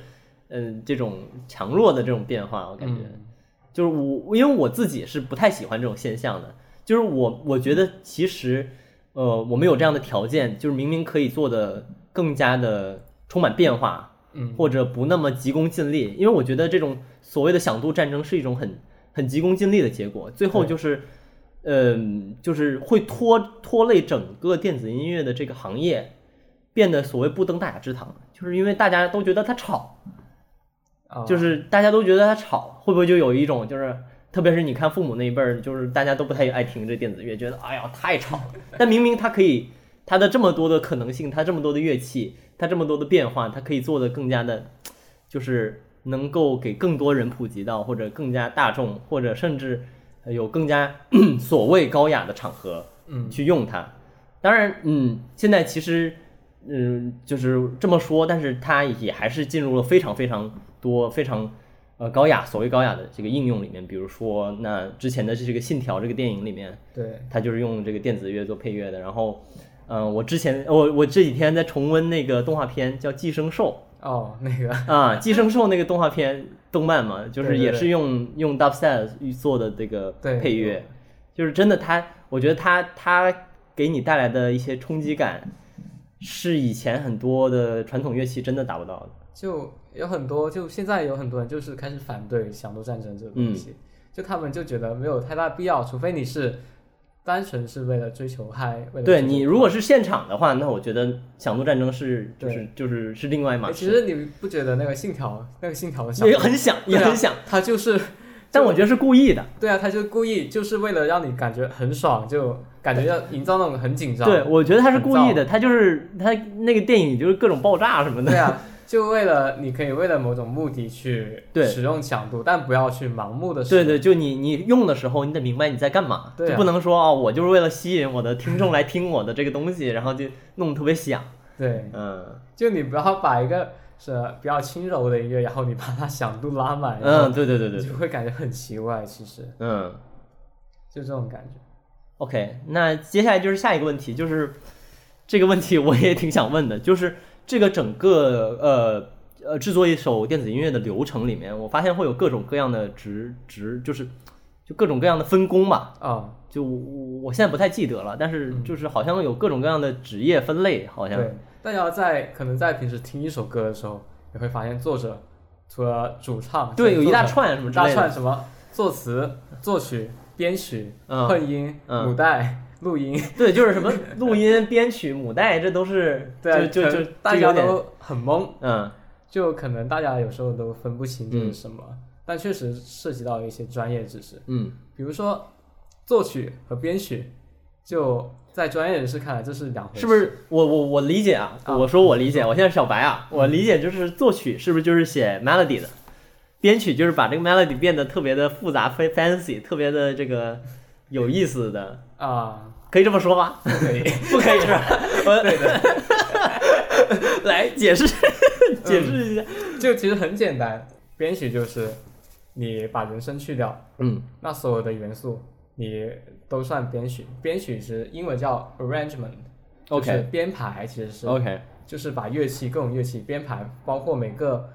A: 嗯、这种强弱的这种变化。我感觉、
B: 嗯
A: 就是我，因为我自己是不太喜欢这种现象的，就是我我觉得其实呃我们有这样的条件，就是明明可以做的更加的充满变化，
B: 嗯，
A: 或者不那么急功近利，因为我觉得这种所谓的响度战争是一种很很急功近利的结果，最后
B: 对
A: 就是，嗯、就是会拖拖累整个电子音乐的这个行业变得所谓不登大雅之堂，就是因为大家都觉得它吵，
B: 啊
A: 就是大家都觉得它吵，会不会就有一种就是。特别是你看父母那一辈儿，就是大家都不太爱听这电子乐，觉得哎呀太吵了。但明明它可以，它的这么多的可能性，它这么多的乐器，它这么多的变化，它可以做的更加的就是能够给更多人普及到，或者更加大众，或者甚至呃有更加 所谓高雅的场合，
B: 嗯，
A: 去用它。当然，嗯，现在其实，嗯，就是这么说，但是它也还是进入了非常非常多、非常呃高雅，所谓高雅的这个应用里面。比如说，那之前的这个《信条》这个电影里面，
B: 对，
A: 它就是用这个电子乐做配乐的。然后，嗯、我之前我我这几天在重温那个动画片叫《寄生兽》。
B: 哦，那个，
A: 啊，《寄生兽》那个动画片动漫嘛，就是
B: 对对
A: 也是用用 dubstep 做的这个
B: 对
A: 配乐，就是真的它，我觉得它它给你带来的一些冲击感，是以前很多的传统乐器真的达不到的。
B: 就有很多，就现在有很多人就是开始反对响度战争这个东
A: 嗯
B: 西，就他们就觉得没有太大必要，除非你是单纯是为了追求嗨，为了
A: 对
B: 追求
A: 你如果是现场的话，那我觉得《响度战争》是就
B: 对
A: 是就是是另外一码
B: 欸其
A: 事，
B: 实你不觉得那个信条，那个信条响
A: 也很响，也很响，，
B: 对啊他就是，
A: 但我觉得是故意的。
B: 对啊，他就故意就是为了让你感觉很爽，就感觉要营造那种很紧张，
A: 对，我觉得他是
B: 很
A: 故意的，他就是他那个电影就是各种爆炸什么的。
B: 对啊，就为了你可以为了某种目的去
A: 对
B: 使用强度，但不要去盲目的使
A: 对
B: 用，
A: 对，就你你用的时候，你得明白你在干嘛，
B: 对啊
A: 就不能说哦，我就是为了吸引我的听众来听我的这个东西，然后就弄得特别响。
B: 对，
A: 嗯
B: 就你不要把一个是比较轻柔的音乐，然后你把它响度拉满，然后
A: 嗯，对对对对，
B: 你
A: 对
B: 就会感觉很奇怪，其实
A: 嗯
B: 就这种感觉。
A: ，OK，那接下来就是下一个问题，就是这个问题我也挺想问的， 就是这个整个呃呃制作一首电子音乐的流程里面，我发现会有各种各样的职职，就是就各种各样的分工嘛。
B: 啊，
A: 就我我我现在不太记得了，但是
B: 嗯
A: 就是好像有各种各样的职业分类，好像
B: 对，大家在可能在平时听一首歌的时候，你会发现作者除了主唱，
A: 啊对有一大
B: 作者
A: 串什么
B: 一
A: 之
B: 大
A: 类
B: 串
A: 的。
B: 什么作词、作曲、编曲、
A: 嗯
B: 混音、
A: 嗯
B: 母带、录音，
A: 对，就是什么录音、 编曲、母带，这都 是
B: 对啊，
A: 就就
B: 可能
A: 就
B: 大
A: 就
B: 家
A: 有点
B: 都很懵，
A: 嗯
B: 就可能大家有时候都分不清这是
A: 嗯
B: 什么，但确实涉及到一些专业知识，
A: 嗯
B: 比如说作曲和编曲，就在专业人士看来这是两回事，
A: 是不？是我我我理解啊？
B: 啊
A: 我说我理解，我现在是小白啊，我理解就是作曲是不是就是写 melody 的，编曲就是把这个 melody 变得特别的复杂、非 fancy，特别的这个有意思的，
B: 啊，
A: 可以这么说吗？
B: 不可以，
A: 不可以是吧？我 来解释解释一下。
B: 就其实很简单，编曲就是你把人声去掉，
A: 嗯
B: 那所有的元素你都算编曲，编曲是英文叫 arrangement。
A: OK
B: 就是编排其实是
A: ，OK，
B: 就是把乐器各种乐器编排，包括每个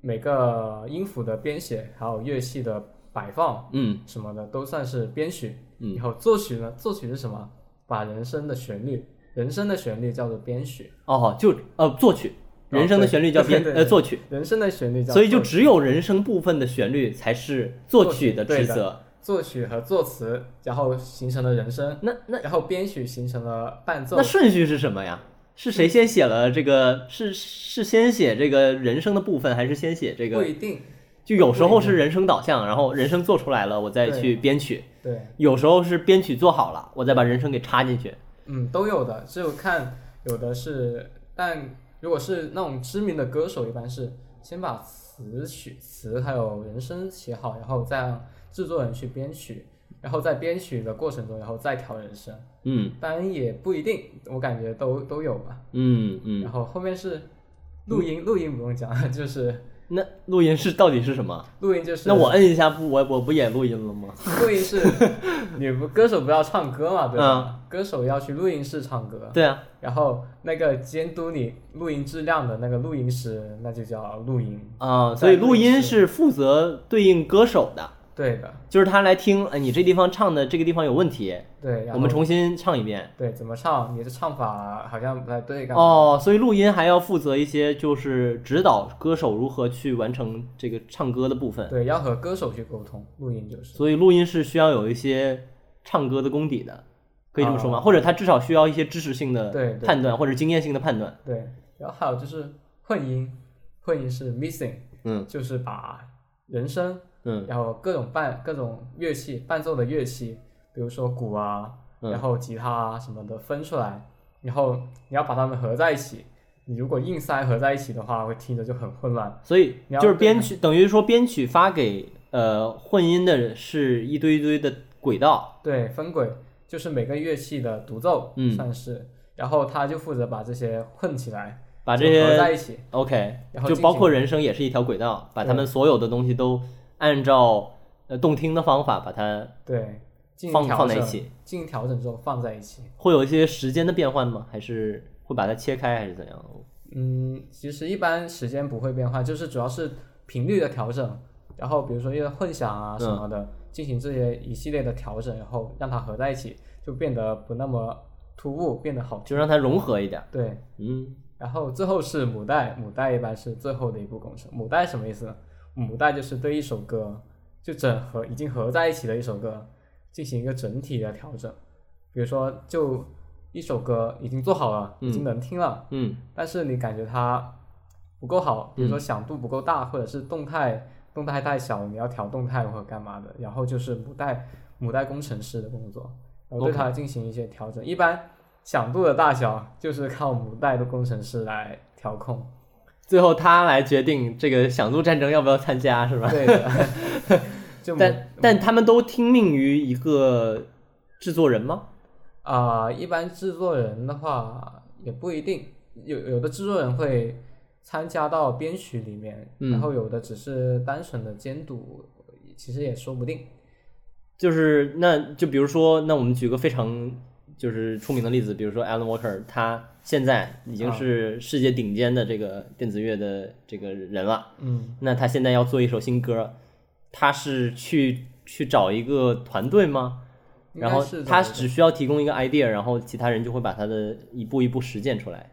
B: 每个音符的编写，还有乐器的摆放
A: 嗯
B: 什么的，都算是编曲。
A: 嗯
B: 然后作曲呢？作曲是什么？把人声的旋律，人声的旋律叫做编曲，
A: 哦，就呃作曲，人声的旋律叫编
B: 哦对对对
A: 呃作曲，
B: 人声的旋律叫作
A: 所以
B: 曲。
A: 就只有人声部分的旋律才是作曲的
B: 作曲
A: 职
B: 对的
A: 责。
B: 作曲和作词，然后形成了人声，
A: 那那
B: 然后编曲形成了伴奏
A: 那。顺序是什么呀？是
B: 嗯
A: 谁先写了这个？是是先写这个人声的部分，还是先写这
B: 不
A: 个？
B: 一定，
A: 就有时候是人声导向，然后人声做出来了，我再去编曲；
B: 对，
A: 有时候是编曲做好了，我再把人声给插进去。
B: 嗯，都有的，只有看有的是，但如果是那种知名的歌手，一般是先把词曲词还有人声写好，然后再让制作人去编曲，然后在编曲的过程中，然后再调人声。
A: 嗯
B: 当然也不一定，我感觉都都有吧。
A: 嗯嗯。
B: 然后后面是录音，录音不用讲， 就是
A: 那录音是到底是什么？
B: 录音就是
A: 那我摁一下不，我我不也录音了吗？
B: 录音室， 你不歌手不要唱歌嘛，对吧？歌手要去录音室唱歌。
A: 嗯对啊，
B: 然后那个监督你录音质量的那个录音师，那就叫录音。
A: 啊、所以录音是负责对应歌手的，
B: 对的，
A: 就是他来听，哎，你这地方唱的这个地方有问题，
B: 对。然后
A: 我们重新唱一遍。
B: 对怎么唱，你的唱法好像不太对，感觉
A: 哦，所以录音还要负责一些，就是指导歌手如何去完成这个唱歌的部分。
B: 对，要和歌手去沟通，录音就是。
A: 所以录音是需要有一些唱歌的功底的，可以这么说吗？或者他至少需要一些知识性的
B: 啊对对
A: 判断或者经验性的判断。
B: 对，然后还有就是混音，混音是 missing，
A: 嗯
B: 就是把人声，
A: 嗯
B: 然后各种伴各种乐器伴奏的乐器，比如说鼓啊，
A: 嗯
B: 然后吉他啊什么的分出来，然后你要把它们合在一起。你如果硬塞合在一起的话，会听着就很混乱。
A: 所以
B: 你要
A: 就是
B: 对
A: 编曲，等于说编曲发给呃混音的是一堆一堆的轨道。
B: 对，分轨就是每个乐器的独奏，
A: 嗯
B: 算是，然后他就负责把这些混起来，
A: 把这
B: 就合
A: 些
B: 在一起，
A: OK，
B: 然后
A: 就
B: 进
A: 包
B: 行
A: 括人声也是一条轨道，把他们所有的东西都按照呃动听的方法把它
B: 对，进行
A: 放
B: 调
A: 放在一
B: 整
A: 起，
B: 进行调整之后放在一起。
A: 会有一些时间的变换吗？还是会把它切开，还是怎样？
B: 嗯，其实一般时间不会变化，就是主要是频率的调整，然后比如说一些混响啊什么的，进行这些一系列的调整，然后让它合在一起，就变得不那么突兀，变得好听。
A: 就让它融合一点。
B: 对，
A: 嗯，
B: 然后最后是母带，母带一般是最后的一步工程。母带什么意思呢？母带就是对一首歌，就整合已经合在一起的一首歌，进行一个整体的调整。比如说，就一首歌已经做好了，已经能听了，
A: 嗯，
B: 但是你感觉它不够好，比如说响度不够大，或者是动态动态太小，你要调动态或者干嘛的。然后就是母带母带工程师的工作，然后对它进行一些调整。一般响度的大小就是靠母带的工程师来调控。
A: 最后他来决定这个响度战争要不要参加，是吧？
B: 对的，就母
A: 但但他们都听命于一个制作人吗？
B: 啊、一般制作人的话也不一定，有有的制作人会参加到编曲里面，
A: 嗯
B: 然后有的只是单纯的监督，其实也说不定。
A: 就是那就比如说，那我们举个非常就是出名的例子，比如说 Alan Walker，他现在已
B: 啊
A: 经是世界顶尖的这个电子乐的这个人了。
B: 嗯，
A: 那他现在要做一首新歌，他是去去找一个团队吗？
B: 应
A: 然
B: 该
A: 后
B: 是
A: 他
B: 这样
A: 只需要提供一个 idea，然后其他人就会把他的一步一步实践出来。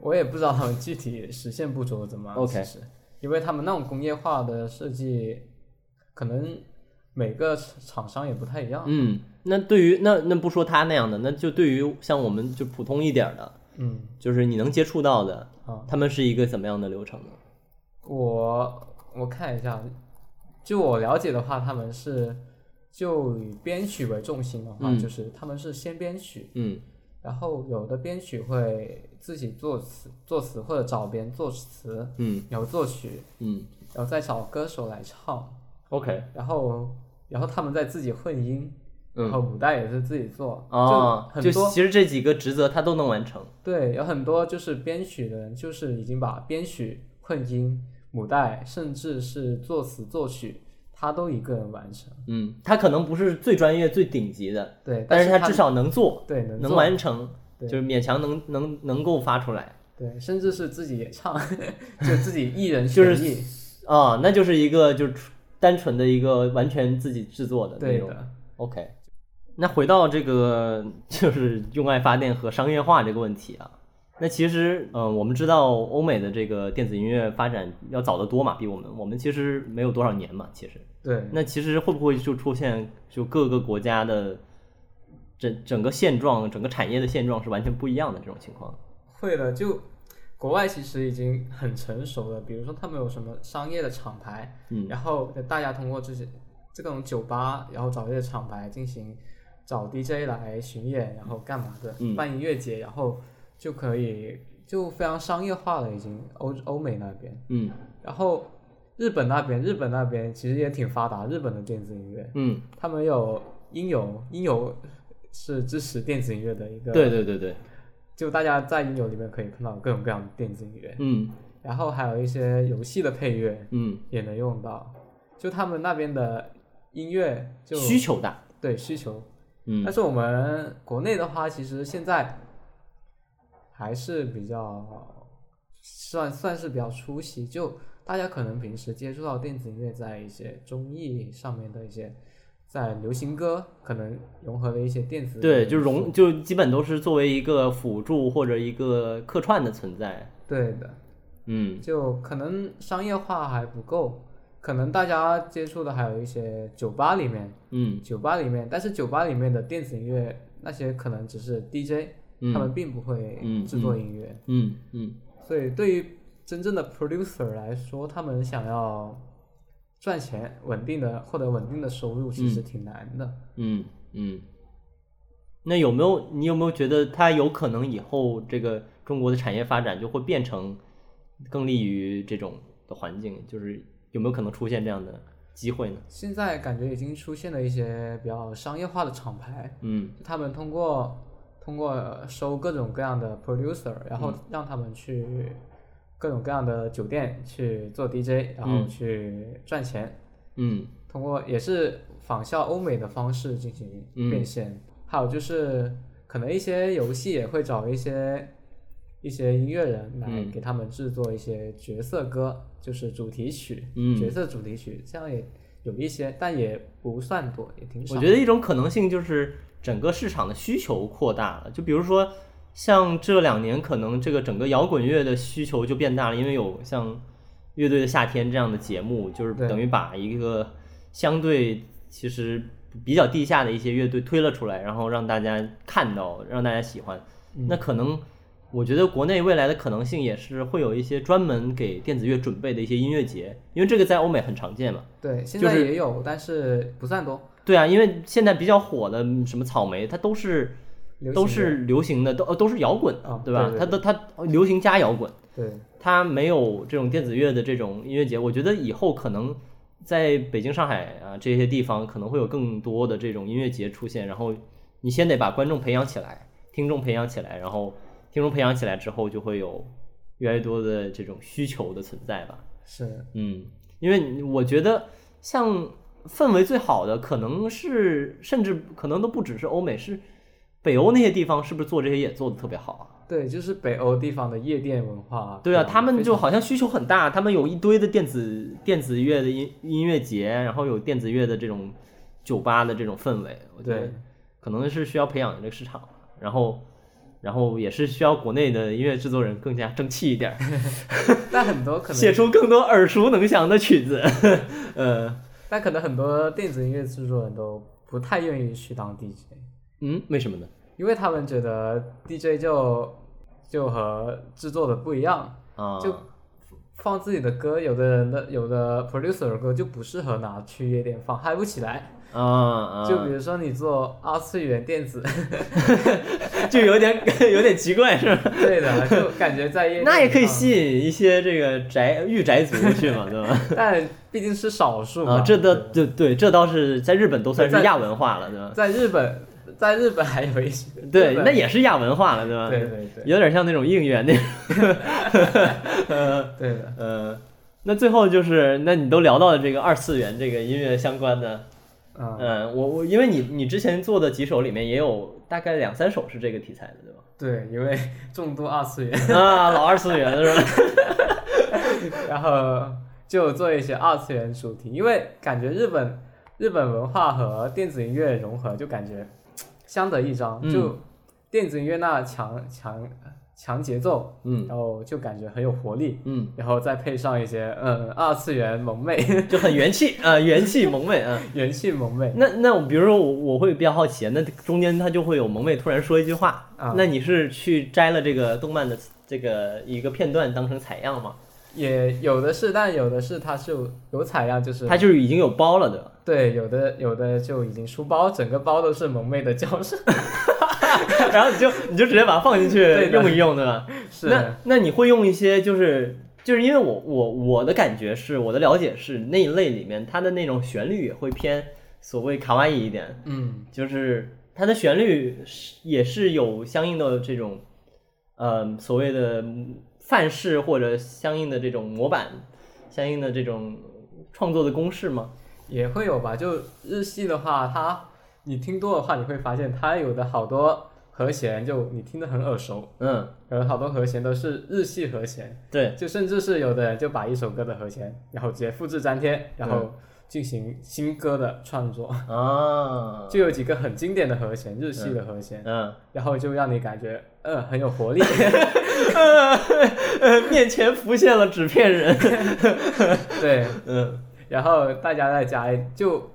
B: 我也不知道 他们具体实现步骤怎么样
A: OK
B: 其实因为他们那种工业化的设计，可能每个厂商也不太一样。
A: 嗯，那对于那那不说他那样的，那就对于像我们就普通一点儿的，
B: 嗯，
A: 就是你能接触到的，
B: 啊，
A: 他们是一个怎么样的流程呢？
B: 我我看一下，就我了解的话，他们是就以编曲为重心的话，
A: 嗯
B: 就是他们是先编曲，
A: 嗯
B: 然后有的编曲会自己作词、作词或者找别人作词，
A: 嗯
B: 然后作曲，
A: 嗯
B: 然后再找歌手来唱，
A: ，OK，
B: 然后然后他们再自己混音。然
A: 嗯
B: 后五代也是自己做，
A: 哦，
B: 就
A: 就
B: 很多
A: 其实这几个职责他都能完成。
B: 对，有很多就是编曲的人，就是已经把编曲、混音、母带，甚至是作词作曲，他都一个人完成。
A: 嗯，他可能不是最专业、最顶级的，
B: 对，
A: 但
B: 是
A: 他至少能做，
B: 对能
A: 能
B: 做
A: 完成，就
B: 对
A: 是勉强能能能够发出来。
B: 对，甚至是自己也 唱，就自己一人
A: 就是
B: 全艺，
A: 啊，那就是一个就是单纯的一个完全自己制作的那
B: 对
A: 种。
B: 的，
A: OK，那回到这个 就是用爱发电和商业化这个问题啊，那其实嗯、呃我们知道欧美的这个电子音乐发展要早得多嘛，比我们我们其实没有多少年嘛，其实
B: 对，
A: 那其实会不会就出现就各个国家的整整个现状、整个产业的现状是完全不一样的这种情况？
B: 会的。就国外其实已经很成熟了，比如说他们有什么商业的厂牌，
A: 嗯
B: 然后大家通过这些这种酒吧，然后找一些厂牌进行找 DJ 来巡演，然后干嘛的，
A: 嗯
B: 办音乐节，然后就可以就非常商业化了，已经欧欧美那边，
A: 嗯
B: 然后日本那边，日本那边其实也挺发达，日本的电子音乐，
A: 嗯，
B: 他们有音游，音游是支持电子音乐的一个，
A: 对，对对对，
B: 就大家在音游里面可以看到各种各样的电子音乐，
A: 嗯
B: 然后还有一些游戏的配乐，
A: 嗯，
B: 也能用到。就他们那边的音乐就
A: 需求大，
B: 对需求，
A: 嗯
B: 但是我们国内的话，其实现在还是比较算算是比较初级，就大家可能平时接触到电子音乐，在一些综艺上面的一些，在流行歌可能融合了一些电子，
A: 对，就融就基本都是作为一个辅助或者一个客串的存在。
B: 对的，
A: 嗯
B: 就可能商业化还不够，可能大家接触的还有一些酒吧里面。
A: 嗯
B: 酒吧里面，但是酒吧里面的电子音乐那些可能只是 DJ，、他
A: 嗯
B: 们并不会
A: 嗯
B: 制作音乐，
A: 嗯嗯
B: 所以对于真正的 producer 来说，他们想要赚钱、稳定的获得稳定的收入，其实挺难的。
A: 嗯嗯。那有没有你有没有觉得它有可能以后这个中国的产业发展就会变成更利于这种的环境？就是有没有可能出现这样的机会呢？
B: 现在感觉已经出现了一些比较商业化的厂牌，
A: 嗯
B: 他们通过通过收各种各样的 producer，然后让他们去各种各样的酒店去做 DJ，然后
A: 嗯
B: 去赚钱。
A: 嗯
B: 通过也是仿效欧美的方式进行
A: 嗯
B: 变现。还有就是，可能一些游戏也会找一些一些音乐人来
A: 嗯
B: 给他们制作一些角色歌，就是主题曲、
A: 嗯
B: 角色主题曲，这样也有一些，但也不算多，也挺少。
A: 我觉得一种可能性就是整个市场的需求扩大了，就比如说像这两年可能这个整个摇滚乐的需求就变大了，因为有像《乐队的夏天》这样的节目，就是
B: 对
A: 等于把一个相对其实比较地下的一些乐队推了出来，然后让大家看到，让大家喜欢。
B: 嗯
A: 那可能我觉得国内未来的可能性也是会有一些专门给电子乐准备的一些音乐节，因为这个在欧美很常见嘛。
B: 对，现
A: 就
B: 在
A: 是
B: 也有，但是不算多。
A: 对啊，因为现在比较火的嗯什么草莓，它都是
B: 流行
A: 都是流行的，都呃都是摇滚
B: 啊
A: 对吧？
B: 对对
A: 它都它呃流行加摇滚，
B: 对，
A: 它没有这种电子乐的这种音乐节。我觉得以后可能在北京、上海啊这些地方，可能会有更多的这种音乐节出现。然后你先得把观众培养起来，听众培养起来，然后听众培养起来之后，就会有越来越多的这种需求的存在吧。
B: 是
A: 嗯，因为你我觉得像氛围最好的，可能是甚至可能都不只是欧美，是北欧那些地方，是不是做这些也做的特别好啊？
B: 对，就是北欧地方的夜店文化。
A: 对啊，
B: 非常
A: 他们就好像需求很大，他们有一堆的电子电子乐的音音乐节，然后有电子乐的这种酒吧的这种氛围，我觉得
B: 对
A: 可能是需要培养这个市场，然后然后也是需要国内的音乐制作人更加争气一点儿，
B: 但很多可能
A: 写出更多耳熟能详的曲子， 呃。
B: 但可能很多电子音乐制作人都不太愿意去当 DJ，
A: 嗯，为什么呢？
B: 因为他们觉得 DJ 就就和制作的不一样，
A: 啊，
B: 就放自己的歌，有的人的有的 producer 的歌就不适合拿去夜店放，嗨不起来。
A: 啊啊，
B: 就比如说你做二次元电子，
A: 就有 点有点奇怪，是吧？
B: 对的，就感觉在夜 店
A: 那也可以
B: 放
A: 吸引一些这个宅御宅族去嘛，对 吧？
B: 但毕竟是少数嘛。
A: 啊，这倒对
B: 对
A: 对，这倒是在日本都算是
B: 在
A: 亚文化了，对吧？
B: 在日本，在日本还有一些
A: 对
B: 日，本
A: 那也是亚文化了，对吧？
B: 对对对
A: 有点像那种应援那种。呃
B: 对的。
A: 呃，那最后就是，那你都聊到了这个二次元这个音乐相关的，
B: 嗯，
A: 嗯，我我因为你你之前做的几首里面也有大概两三首是这个题材的，对吧？
B: 对，因为众多二次元，
A: 啊，老二次元是吧？
B: 然后就做一些二次元主题，因为感觉日本日本文化和电子音乐融合，就感觉相得益彰，
A: 嗯
B: 就电子音乐那强强强节奏，
A: 嗯
B: 然后就感觉很有活力，
A: 嗯，
B: 然后再配上一些嗯二次元萌妹
A: 就很元气啊、元气萌妹啊。
B: 元气萌妹，
A: 那那我比如说我我会比较好奇，那中间他就会有萌妹突然说一句话，
B: 啊
A: 那你是去摘了这个动漫的这个一个片段当成采样吗？
B: 也有的是，但有的是它是有有采样，就是
A: 他就是已经有包了的，
B: 对，有的有的就已经书包，整个包都是萌妹的叫声。
A: 然后你就你就直接把它放进去
B: 对的
A: 用一用，对吧？
B: 是
A: 那那你会用一些就是就是因为我我我的感觉是我的了解是那一类里面它的那种旋律也会偏所谓卡哇伊一点，
B: 嗯，
A: 就是它的旋律是也是有相应的这种，呃，所谓的范式或者相应的这种模板，相应的这种创作的公式吗？
B: 也会有吧。就日系的话，它你听多的话，你会发现它有的好多和弦，就你听得很耳熟，
A: 嗯，
B: 有好多和弦都是日系和弦，
A: 对，
B: 就甚至是有的人就把一首歌的和弦，然后直接复制粘贴，然后进行新歌的创作。
A: 啊，
B: 就有几个很经典的和弦，日系的和弦，
A: 嗯，
B: 然后就让你感觉，嗯，很有活力。
A: 呃，面前浮现了纸片人，
B: 对，
A: 嗯
B: 然后大家在家就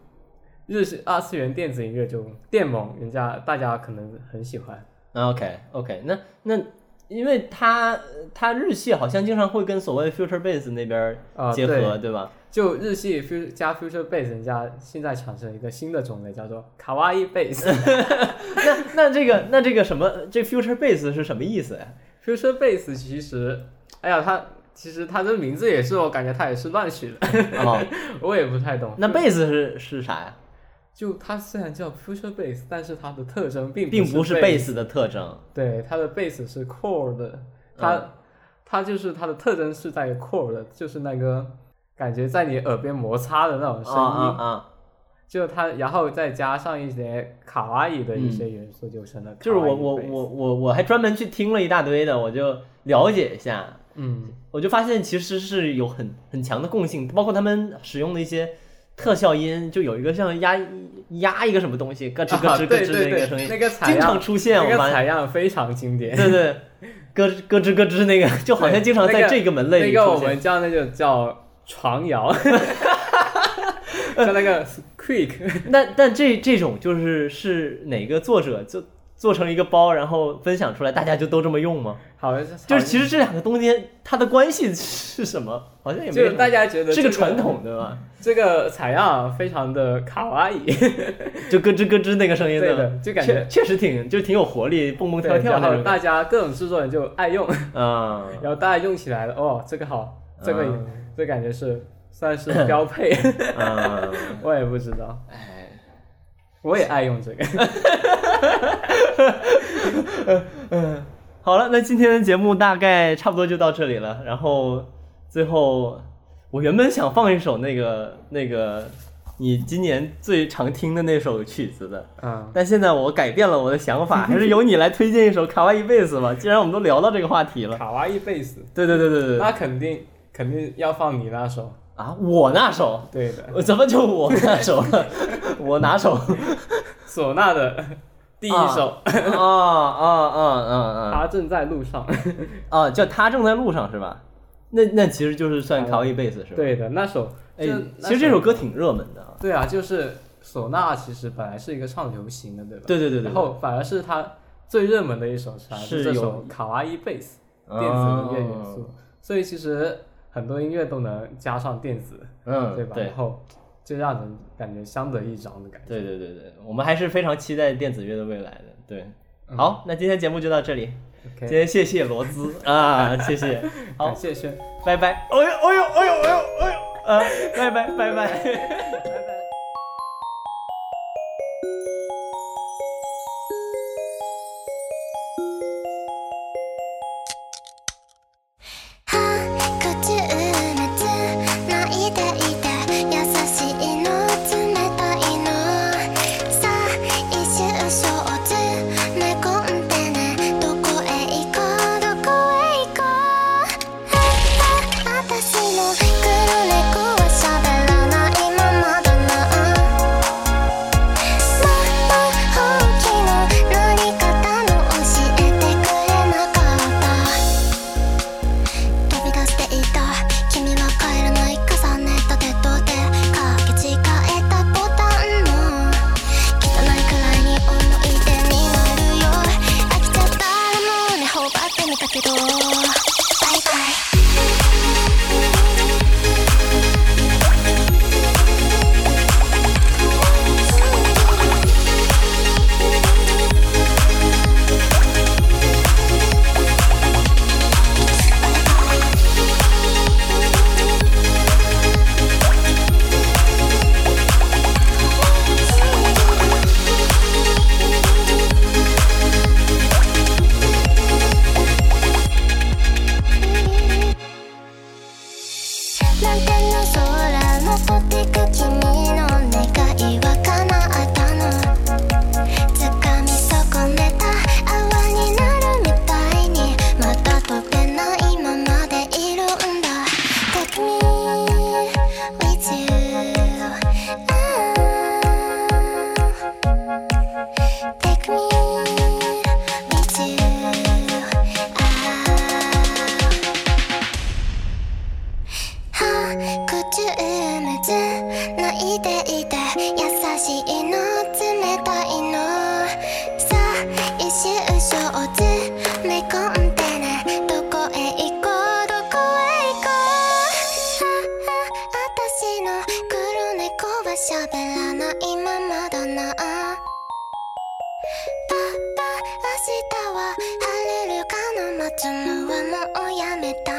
B: 日式二次元电子音乐就电萌，人家大家可能很喜欢。
A: ，OK OK，那啊那。因为它它日系好像经常会跟所谓 future bass 那边
B: 啊
A: 结合，
B: 对
A: 对吧？
B: 就日系 fut 加 future bass，人家现在产生一个新的种类，叫做卡哇伊 bass。
A: 那那这个那这个什么这 future bass 是什么意思 呀？
B: future bass 其实，哎呀，它其实它这名字也是，我感觉它也是乱取的，
A: 哦，
B: 我也不太懂。
A: 那贝斯是是啥呀？
B: 就它虽然叫 future bass，但是它的特征并
A: 并不
B: 不
A: 是贝斯嗯的特征。
B: 对，它的 bass 是 core 的，它、它就是它的特征是在于 core 的，就是那个感觉在你耳边摩擦的那种声
A: 啊啊
B: 音，
A: 啊！
B: 就它，然后再加上一些卡哇伊的一些元素，就成了、
A: 就是我我我，我我还专门去听了一大堆的，我就了解一下，
B: 嗯，
A: 我就发现其实是有很很强的共性，包括他们使用的一些特效音，就有一个像压压一个什么东西，咯吱咯
B: 啊
A: 吱咯
B: 对
A: 吱的
B: 对
A: 那个
B: 对
A: 声，音，
B: 那个采
A: 经常
B: 样，
A: 出现。
B: 那
A: 我
B: 个
A: 发现，
B: 采样非常经典，
A: 对对，咯吱咯吱咯吱那个，就好像经常
B: 那
A: 在
B: 个
A: 这个门类
B: 那
A: 里
B: 个
A: 出
B: 我
A: 现。
B: 们叫那就叫床摇，叫那个 quick，
A: 那但这这种就是是哪个作者就做成一个包，然后分享出来，大家就都这么用吗？
B: 好像
A: 就是其实这两个东西它的关系 是什么？好像也没
B: 就
A: 有
B: 是大家觉得
A: 是
B: 这
A: 个传，统对吧？
B: 这个采样非常的卡哇伊。
A: 就咯吱咯吱那个声音
B: 对
A: 吧
B: 的就感觉
A: 确确实挺就挺有活力，蹦蹦跳
B: 对，
A: 跳
B: 然
A: 那
B: 后
A: 种
B: 大
A: 感
B: 家各种制作人就爱用，
A: 觉。嗯，
B: 然后大家用起来了，哦，这个好，这个也、
A: 嗯
B: 这感觉是算是标配，
A: 嗯，
B: 我也不知道，
A: 哎，
B: 我也爱用这 个。
A: 好了，那今天的节目大概差不多就到这里了。然后最后，我原本想放一首那个那个你今年最常听的那首曲子的。
B: 嗯，
A: 但现在我改变了我的想法，还是由你来推荐一首《卡哇伊贝斯》吧。既然我们都聊到这个话题了，
B: 卡哇伊贝斯，
A: 对对对对对对
B: 那肯定肯定要放你那首，
A: 啊，我那首，
B: 对的，
A: 我怎么就我那首了？我哪首？
B: 唢呐的 第一首，
A: 啊啊啊啊
B: 他正在路上，
A: 啊啊！叫他正在路上是吧？那那其实就是算卡哇伊贝斯是吧？
B: 对的，那首，
A: 哎
B: 就，
A: 其实这首，歌挺热门的啊。
B: 那对啊，就是唢呐，其实本来是一个唱流行的，对吧？
A: 对对对对
B: 然，后反而是他最热门的一首是吧
A: 是
B: 是这
A: 有
B: 首卡哇伊贝斯
A: 哦
B: 电子音乐元素，所以其实很多音乐都能加上电子，
A: 嗯，
B: 对吧？
A: 对
B: 然后就让人感觉相得益彰的感觉。
A: 对对对对，我们还是非常期待电子乐的未来的。对，好，那今天节目就到这里，今
B: OK，
A: 天谢谢罗兹啊，谢谢，好
B: 感，谢轩。
A: 拜拜。哎呦哎呦哎呦哎呦哎呦，呃，拜拜拜拜。
C: は「苦中のつないでいて」「優しいの冷たいの」「さあ一周生つめ込んでね」「どこへ行こうどこへ行こう」「あ私の黒猫は喋らないままだな」「もっと本気の乗り方も教えてくれないなかった」飛び出していた君は帰らない重ねた手と手かけ違えたボタンも汚いくらいに思い出になるよ飽きちゃったらもうね頬張ってみたけどバイバイなんての空のとってく君の願いは叶ったの掴み損ねた泡になるみたいにまだ飛べないままでいるんだ Take me with you Take me with you Ah は「くちゅうむつ泣いていて」「優しいの冷たいの」「さあ一周生つめ込んでね」「どこへ行こうどこへ行こう」「あ私の黒猫は喋らないままだな」パパ明日は晴れるかな待つのはもうやめた